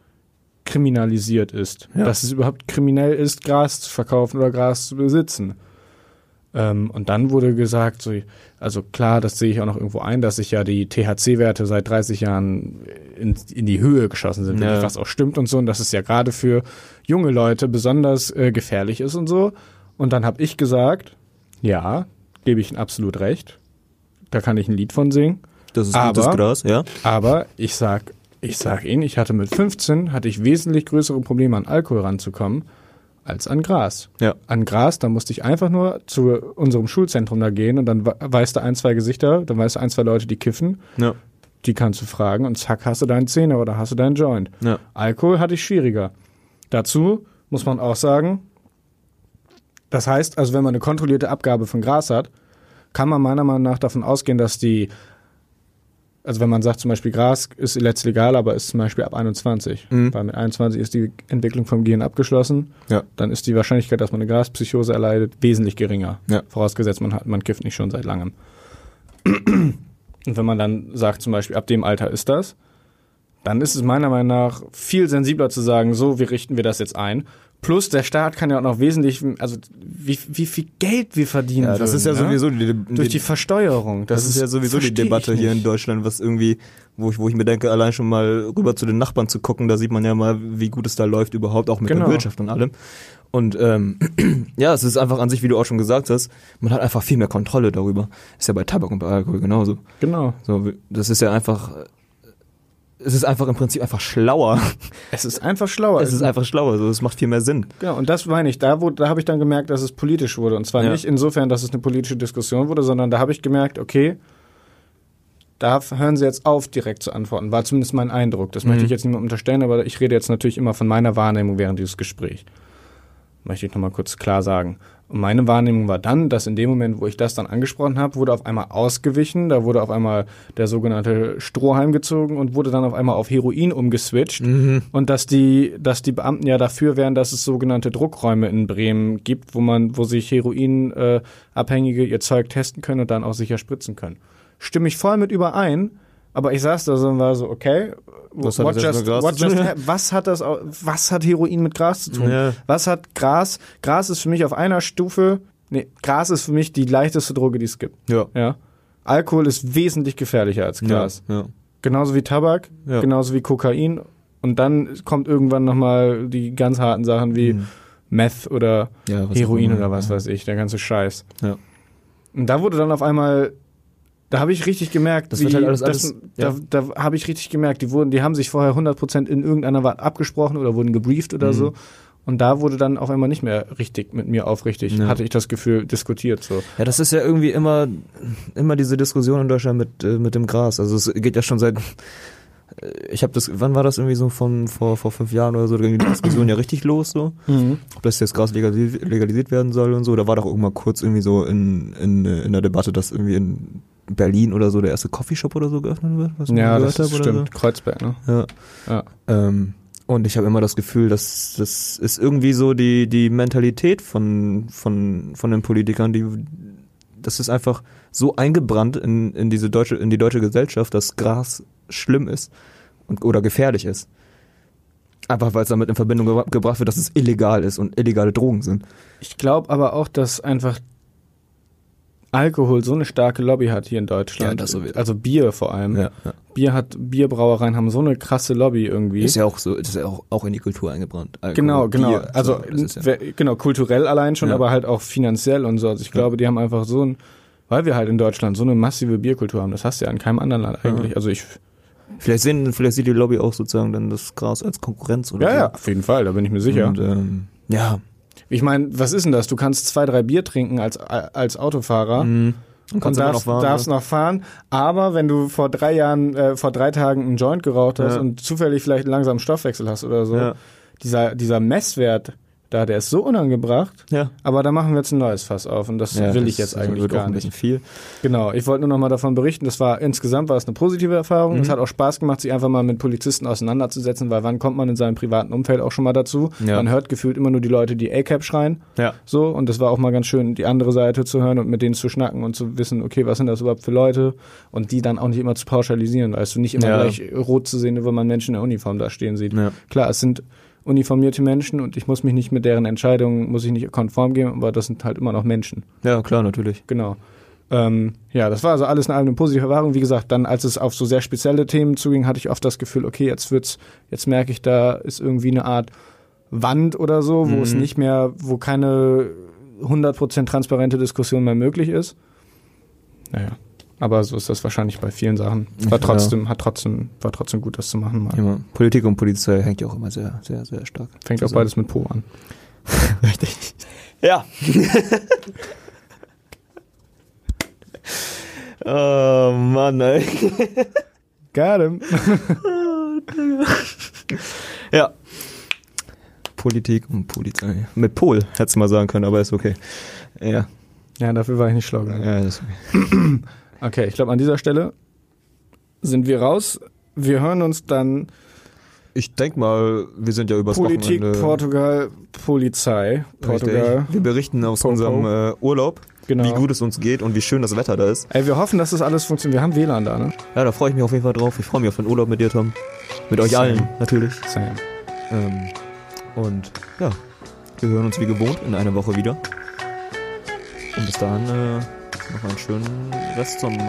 S3: kriminalisiert ist.
S1: Ja.
S3: Dass es überhaupt kriminell ist, Gras zu verkaufen oder Gras zu besitzen. Ähm, und dann wurde gesagt, so, also klar, das sehe ich auch noch irgendwo ein, dass sich ja die THC-Werte seit 30 Jahren in, in die Höhe geschossen sind,
S1: Ja.
S3: was auch stimmt und so, und dass es ja gerade für junge Leute besonders äh, gefährlich ist und so. Und dann habe ich gesagt, ja, gebe ich Ihnen absolut recht. Da kann ich ein Lied von singen.
S1: Das ist
S3: Aber-
S1: gutes Gras, ja.
S3: Aber ich sag, ich sag Ihnen, ich hatte mit 15 hatte ich wesentlich größere Probleme an Alkohol ranzukommen als an Gras.
S1: Ja.
S3: An Gras, da musste ich einfach nur zu unserem Schulzentrum da gehen und dann we- weißt du ein, zwei Gesichter, dann weißt du ein, zwei Leute, die kiffen,
S1: Ja.
S3: die kannst du fragen und zack, hast du deinen Zehner oder hast du deinen Joint.
S1: Ja.
S3: Alkohol hatte ich schwieriger. Dazu muss man auch sagen, das heißt, also wenn man eine kontrollierte Abgabe von Gras hat, kann man meiner Meinung nach davon ausgehen, dass die, also wenn man sagt zum Beispiel Gras ist jetzt legal, aber ist zum Beispiel ab 21, weil mit 21 ist die Entwicklung vom Gehirn abgeschlossen,
S1: Ja.
S3: dann ist die Wahrscheinlichkeit, dass man eine Graspsychose erleidet, wesentlich geringer.
S1: Ja.
S3: Vorausgesetzt, man, hat, man kifft nicht schon seit langem. Und wenn man dann sagt zum Beispiel, ab dem Alter ist das, dann ist es meiner Meinung nach viel sensibler zu sagen, so, wie richten wir das jetzt ein? Plus der Staat kann ja auch noch wesentlich, also wie, wie viel Geld wir verdienen.
S1: Ja, das
S3: würden,
S1: ist ja
S3: ne?
S1: sowieso die, die,
S3: durch die Versteuerung.
S1: das ist ja sowieso die
S3: versteh
S1: Debatte
S3: ich
S1: hier in
S3: nicht.
S1: Deutschland, was irgendwie, wo ich, wo ich mir denke, allein schon mal rüber zu den Nachbarn zu gucken, da sieht man ja mal, wie gut es da läuft überhaupt, auch mit
S3: Genau.
S1: der Wirtschaft und allem. Und ähm, ja, es ist einfach an sich, wie du auch schon gesagt hast, man hat einfach viel mehr Kontrolle darüber. Ist ja bei Tabak und bei Alkohol genauso.
S3: Genau.
S1: So, das ist ja einfach, äh, es ist einfach im Prinzip einfach schlauer.
S3: Es ist einfach schlauer.
S1: Es ist einfach schlauer, so, es macht viel mehr Sinn.
S3: genau, und das meine ich. Da, wo, da habe ich dann gemerkt, dass es politisch wurde. Und zwar
S1: Ja.
S3: nicht insofern, dass es eine politische Diskussion wurde, sondern da habe ich gemerkt, okay, da f- hören sie jetzt auf, direkt zu antworten. War zumindest mein Eindruck. Das möchte ich jetzt niemandem unterstellen, aber ich rede jetzt natürlich immer von meiner Wahrnehmung während dieses Gesprächs. Möchte ich nochmal kurz klar sagen. Und meine Wahrnehmung war dann, dass in dem Moment, wo ich das dann angesprochen habe, wurde auf einmal ausgewichen, da wurde auf einmal der sogenannte Strohhalm gezogen und wurde dann auf einmal auf Heroin umgeswitcht.
S1: Mhm.
S3: Und dass die, dass die Beamten ja dafür wären, dass es sogenannte Druckräume in Bremen gibt, wo man, wo sich Heroinabhängige äh, Abhängige ihr Zeug testen können und dann auch sicher spritzen können stimme ich voll mit überein, aber ich saß da so und war so, okay,
S1: Was hat das jetzt mit Gras
S3: what
S1: zu tun?
S3: just hap- was hat das, au- was hat Heroin mit Gras zu tun?
S1: Ja.
S3: Was hat Gras, Gras ist für mich auf einer Stufe, nee, Gras ist für mich die leichteste Droge, die es gibt.
S1: Ja.
S3: Ja. Alkohol ist wesentlich gefährlicher als Gras.
S1: Ja.
S3: Genauso wie Tabak,
S1: Ja.
S3: genauso wie Kokain. Und dann kommt irgendwann nochmal die ganz harten Sachen wie Meth oder
S1: Mhm. Ja, was auch
S3: Heroin
S1: immer,
S3: oder was weiß ich, der ganze Scheiß.
S1: Ja.
S3: Und da wurde dann auf einmal, da habe ich richtig gemerkt,
S1: Das wird halt alles- alles- ja.
S3: da, da habe ich richtig gemerkt, die wurden, die haben sich vorher 100% in irgendeiner Art abgesprochen oder wurden gebrieft
S1: Mhm.
S3: oder so. Und da wurde dann auf einmal nicht mehr richtig mit mir aufrichtig,
S1: Ja.
S3: hatte ich das Gefühl, diskutiert so.
S1: Ja, das ist ja irgendwie immer, immer diese Diskussion in Deutschland mit, äh, mit dem Gras. Also es geht ja schon seit, äh, ich habe das, wann war das irgendwie so von vor, vor fünf Jahren oder so, da ging die Diskussion ja richtig los so,
S3: Mhm.
S1: ob das jetzt Gras legalis legalisiert werden soll und so. Da war doch irgendwann kurz irgendwie so in, in, äh, in der Debatte, dass irgendwie in Berlin oder so der erste Coffeeshop oder so geöffnet wird, was
S3: Ja,
S1: man
S3: das
S1: gehört hab
S3: ist
S1: oder
S3: stimmt. Kreuzberg, ne?
S1: so. Ja.
S3: Ja.
S1: Ähm, und ich habe immer das Gefühl, dass das ist irgendwie so die, die Mentalität von, von, von den Politikern, die das ist einfach so eingebrannt in, in diese deutsche, in die deutsche Gesellschaft, dass Gras schlimm ist und, oder gefährlich ist. Einfach weil es damit in Verbindung gebra- gebracht wird, dass es illegal ist und illegale Drogen sind.
S3: Ich glaube aber auch, dass einfach Alkohol so eine starke Lobby hat hier in Deutschland.
S1: Ja, das sowieso.
S3: Also Bier vor allem.
S1: Ja, ja.
S3: Bier hat, Bierbrauereien haben so eine krasse Lobby irgendwie.
S1: Ist ja auch so, das ist ja auch, auch in die Kultur eingebrannt. Alkohol,
S3: Genau, genau.
S1: Bier, so,
S3: also
S1: das ist ja-
S3: wer- genau, kulturell allein schon,
S1: Ja.
S3: aber halt auch finanziell und so. Also ich glaube, die haben einfach so ein, weil wir halt in Deutschland so eine massive Bierkultur haben, das hast du ja in keinem anderen Land eigentlich. Also ich,
S1: vielleicht, sehen, vielleicht sieht die Lobby auch sozusagen dann das Gras als Konkurrenz oder
S3: ja,
S1: so.
S3: ja, auf jeden Fall, da bin ich mir sicher.
S1: Und, ähm, ja,
S3: ich meine, was ist denn das? Du kannst zwei, drei Bier trinken als, als Autofahrer.
S1: Mhm. Und
S3: Und
S1: kannst immer
S3: darfst,
S1: noch ne? fahren,
S3: darfst noch fahren, aber wenn du vor drei Jahren, äh, vor drei Tagen einen Joint geraucht hast
S1: Ja.
S3: und zufällig vielleicht einen langsamen Stoffwechsel hast oder so,
S1: Ja.
S3: dieser, dieser Messwert da, der ist so unangebracht,
S1: Ja.
S3: aber da machen wir jetzt ein neues Fass auf und das
S1: Ja,
S3: will
S1: das
S3: ich jetzt
S1: ist-
S3: eigentlich
S1: wird auch
S3: gar
S1: ein
S3: nicht.
S1: bisschen viel.
S3: Genau, ich wollte nur noch mal davon berichten, das war insgesamt war es eine positive Erfahrung.
S1: Mhm.
S3: Es hat auch Spaß gemacht, sich einfach mal mit Polizisten auseinanderzusetzen, weil wann kommt man in seinem privaten Umfeld auch schon mal dazu?
S1: Ja.
S3: Man hört gefühlt immer nur die Leute, die A-Cap schreien.
S1: Ja.
S3: So, und das war auch mal ganz schön, die andere Seite zu hören und mit denen zu schnacken und zu wissen, okay, was sind das überhaupt für Leute? Und die dann auch nicht immer zu pauschalisieren, weißt du, nicht immer
S1: Ja.
S3: gleich rot zu sehen, nur weil man Menschen in der Uniform da stehen sieht.
S1: Ja.
S3: Klar, es sind uniformierte Menschen und ich muss mich nicht mit deren Entscheidungen, muss ich nicht konform gehen, aber das sind halt immer noch Menschen.
S1: Ja, klar, natürlich.
S3: Genau. Ähm, ja, das war also alles in allem eine positive Erfahrung. Wie gesagt, dann, als es auf so sehr spezielle Themen zuging, hatte ich oft das Gefühl, okay, jetzt wird's, jetzt merke ich, da ist irgendwie eine Art Wand oder so, wo es nicht mehr, wo keine 100% transparente Diskussion mehr möglich ist. Naja. Aber so ist das wahrscheinlich bei vielen Sachen.
S1: Ja.
S3: War trotzdem, hat trotzdem, war trotzdem gut, das zu machen. Mal.
S1: Immer. Politik und Polizei hängt ja auch immer sehr, sehr, sehr stark.
S3: Fängt auch beides mit Po an.
S1: Richtig. Ja. oh Mann, ey.
S3: Got him.
S1: Ja. Politik und Polizei. Mit Pol, hättest du mal sagen können, aber ist okay. Ja,
S3: Ja, dafür war ich nicht schlau. genug.
S1: ja ist okay.
S3: Okay, ich glaube, an dieser Stelle sind wir raus. Wir hören uns dann
S1: Ich denk mal, wir sind ja übers
S3: Politik,
S1: Wochenende.
S3: Portugal, Polizei,
S1: Richtig.
S3: Portugal.
S1: Wir berichten aus
S3: Po, po.
S1: unserem äh, Urlaub,
S3: Genau.
S1: wie gut es uns geht und wie schön das Wetter da ist.
S3: Ey, wir hoffen, dass das alles funktioniert. Wir haben WLAN da, ne?
S1: Ja, da freue ich mich auf jeden Fall drauf. Ich freue mich auf den Urlaub mit dir, Tom. Mit euch
S3: Same.
S1: allen, natürlich.
S3: Same.
S1: Ähm, und ja, wir hören uns wie gewohnt in einer Woche wieder. Und bis dahin äh, noch einen schönen Restsommer.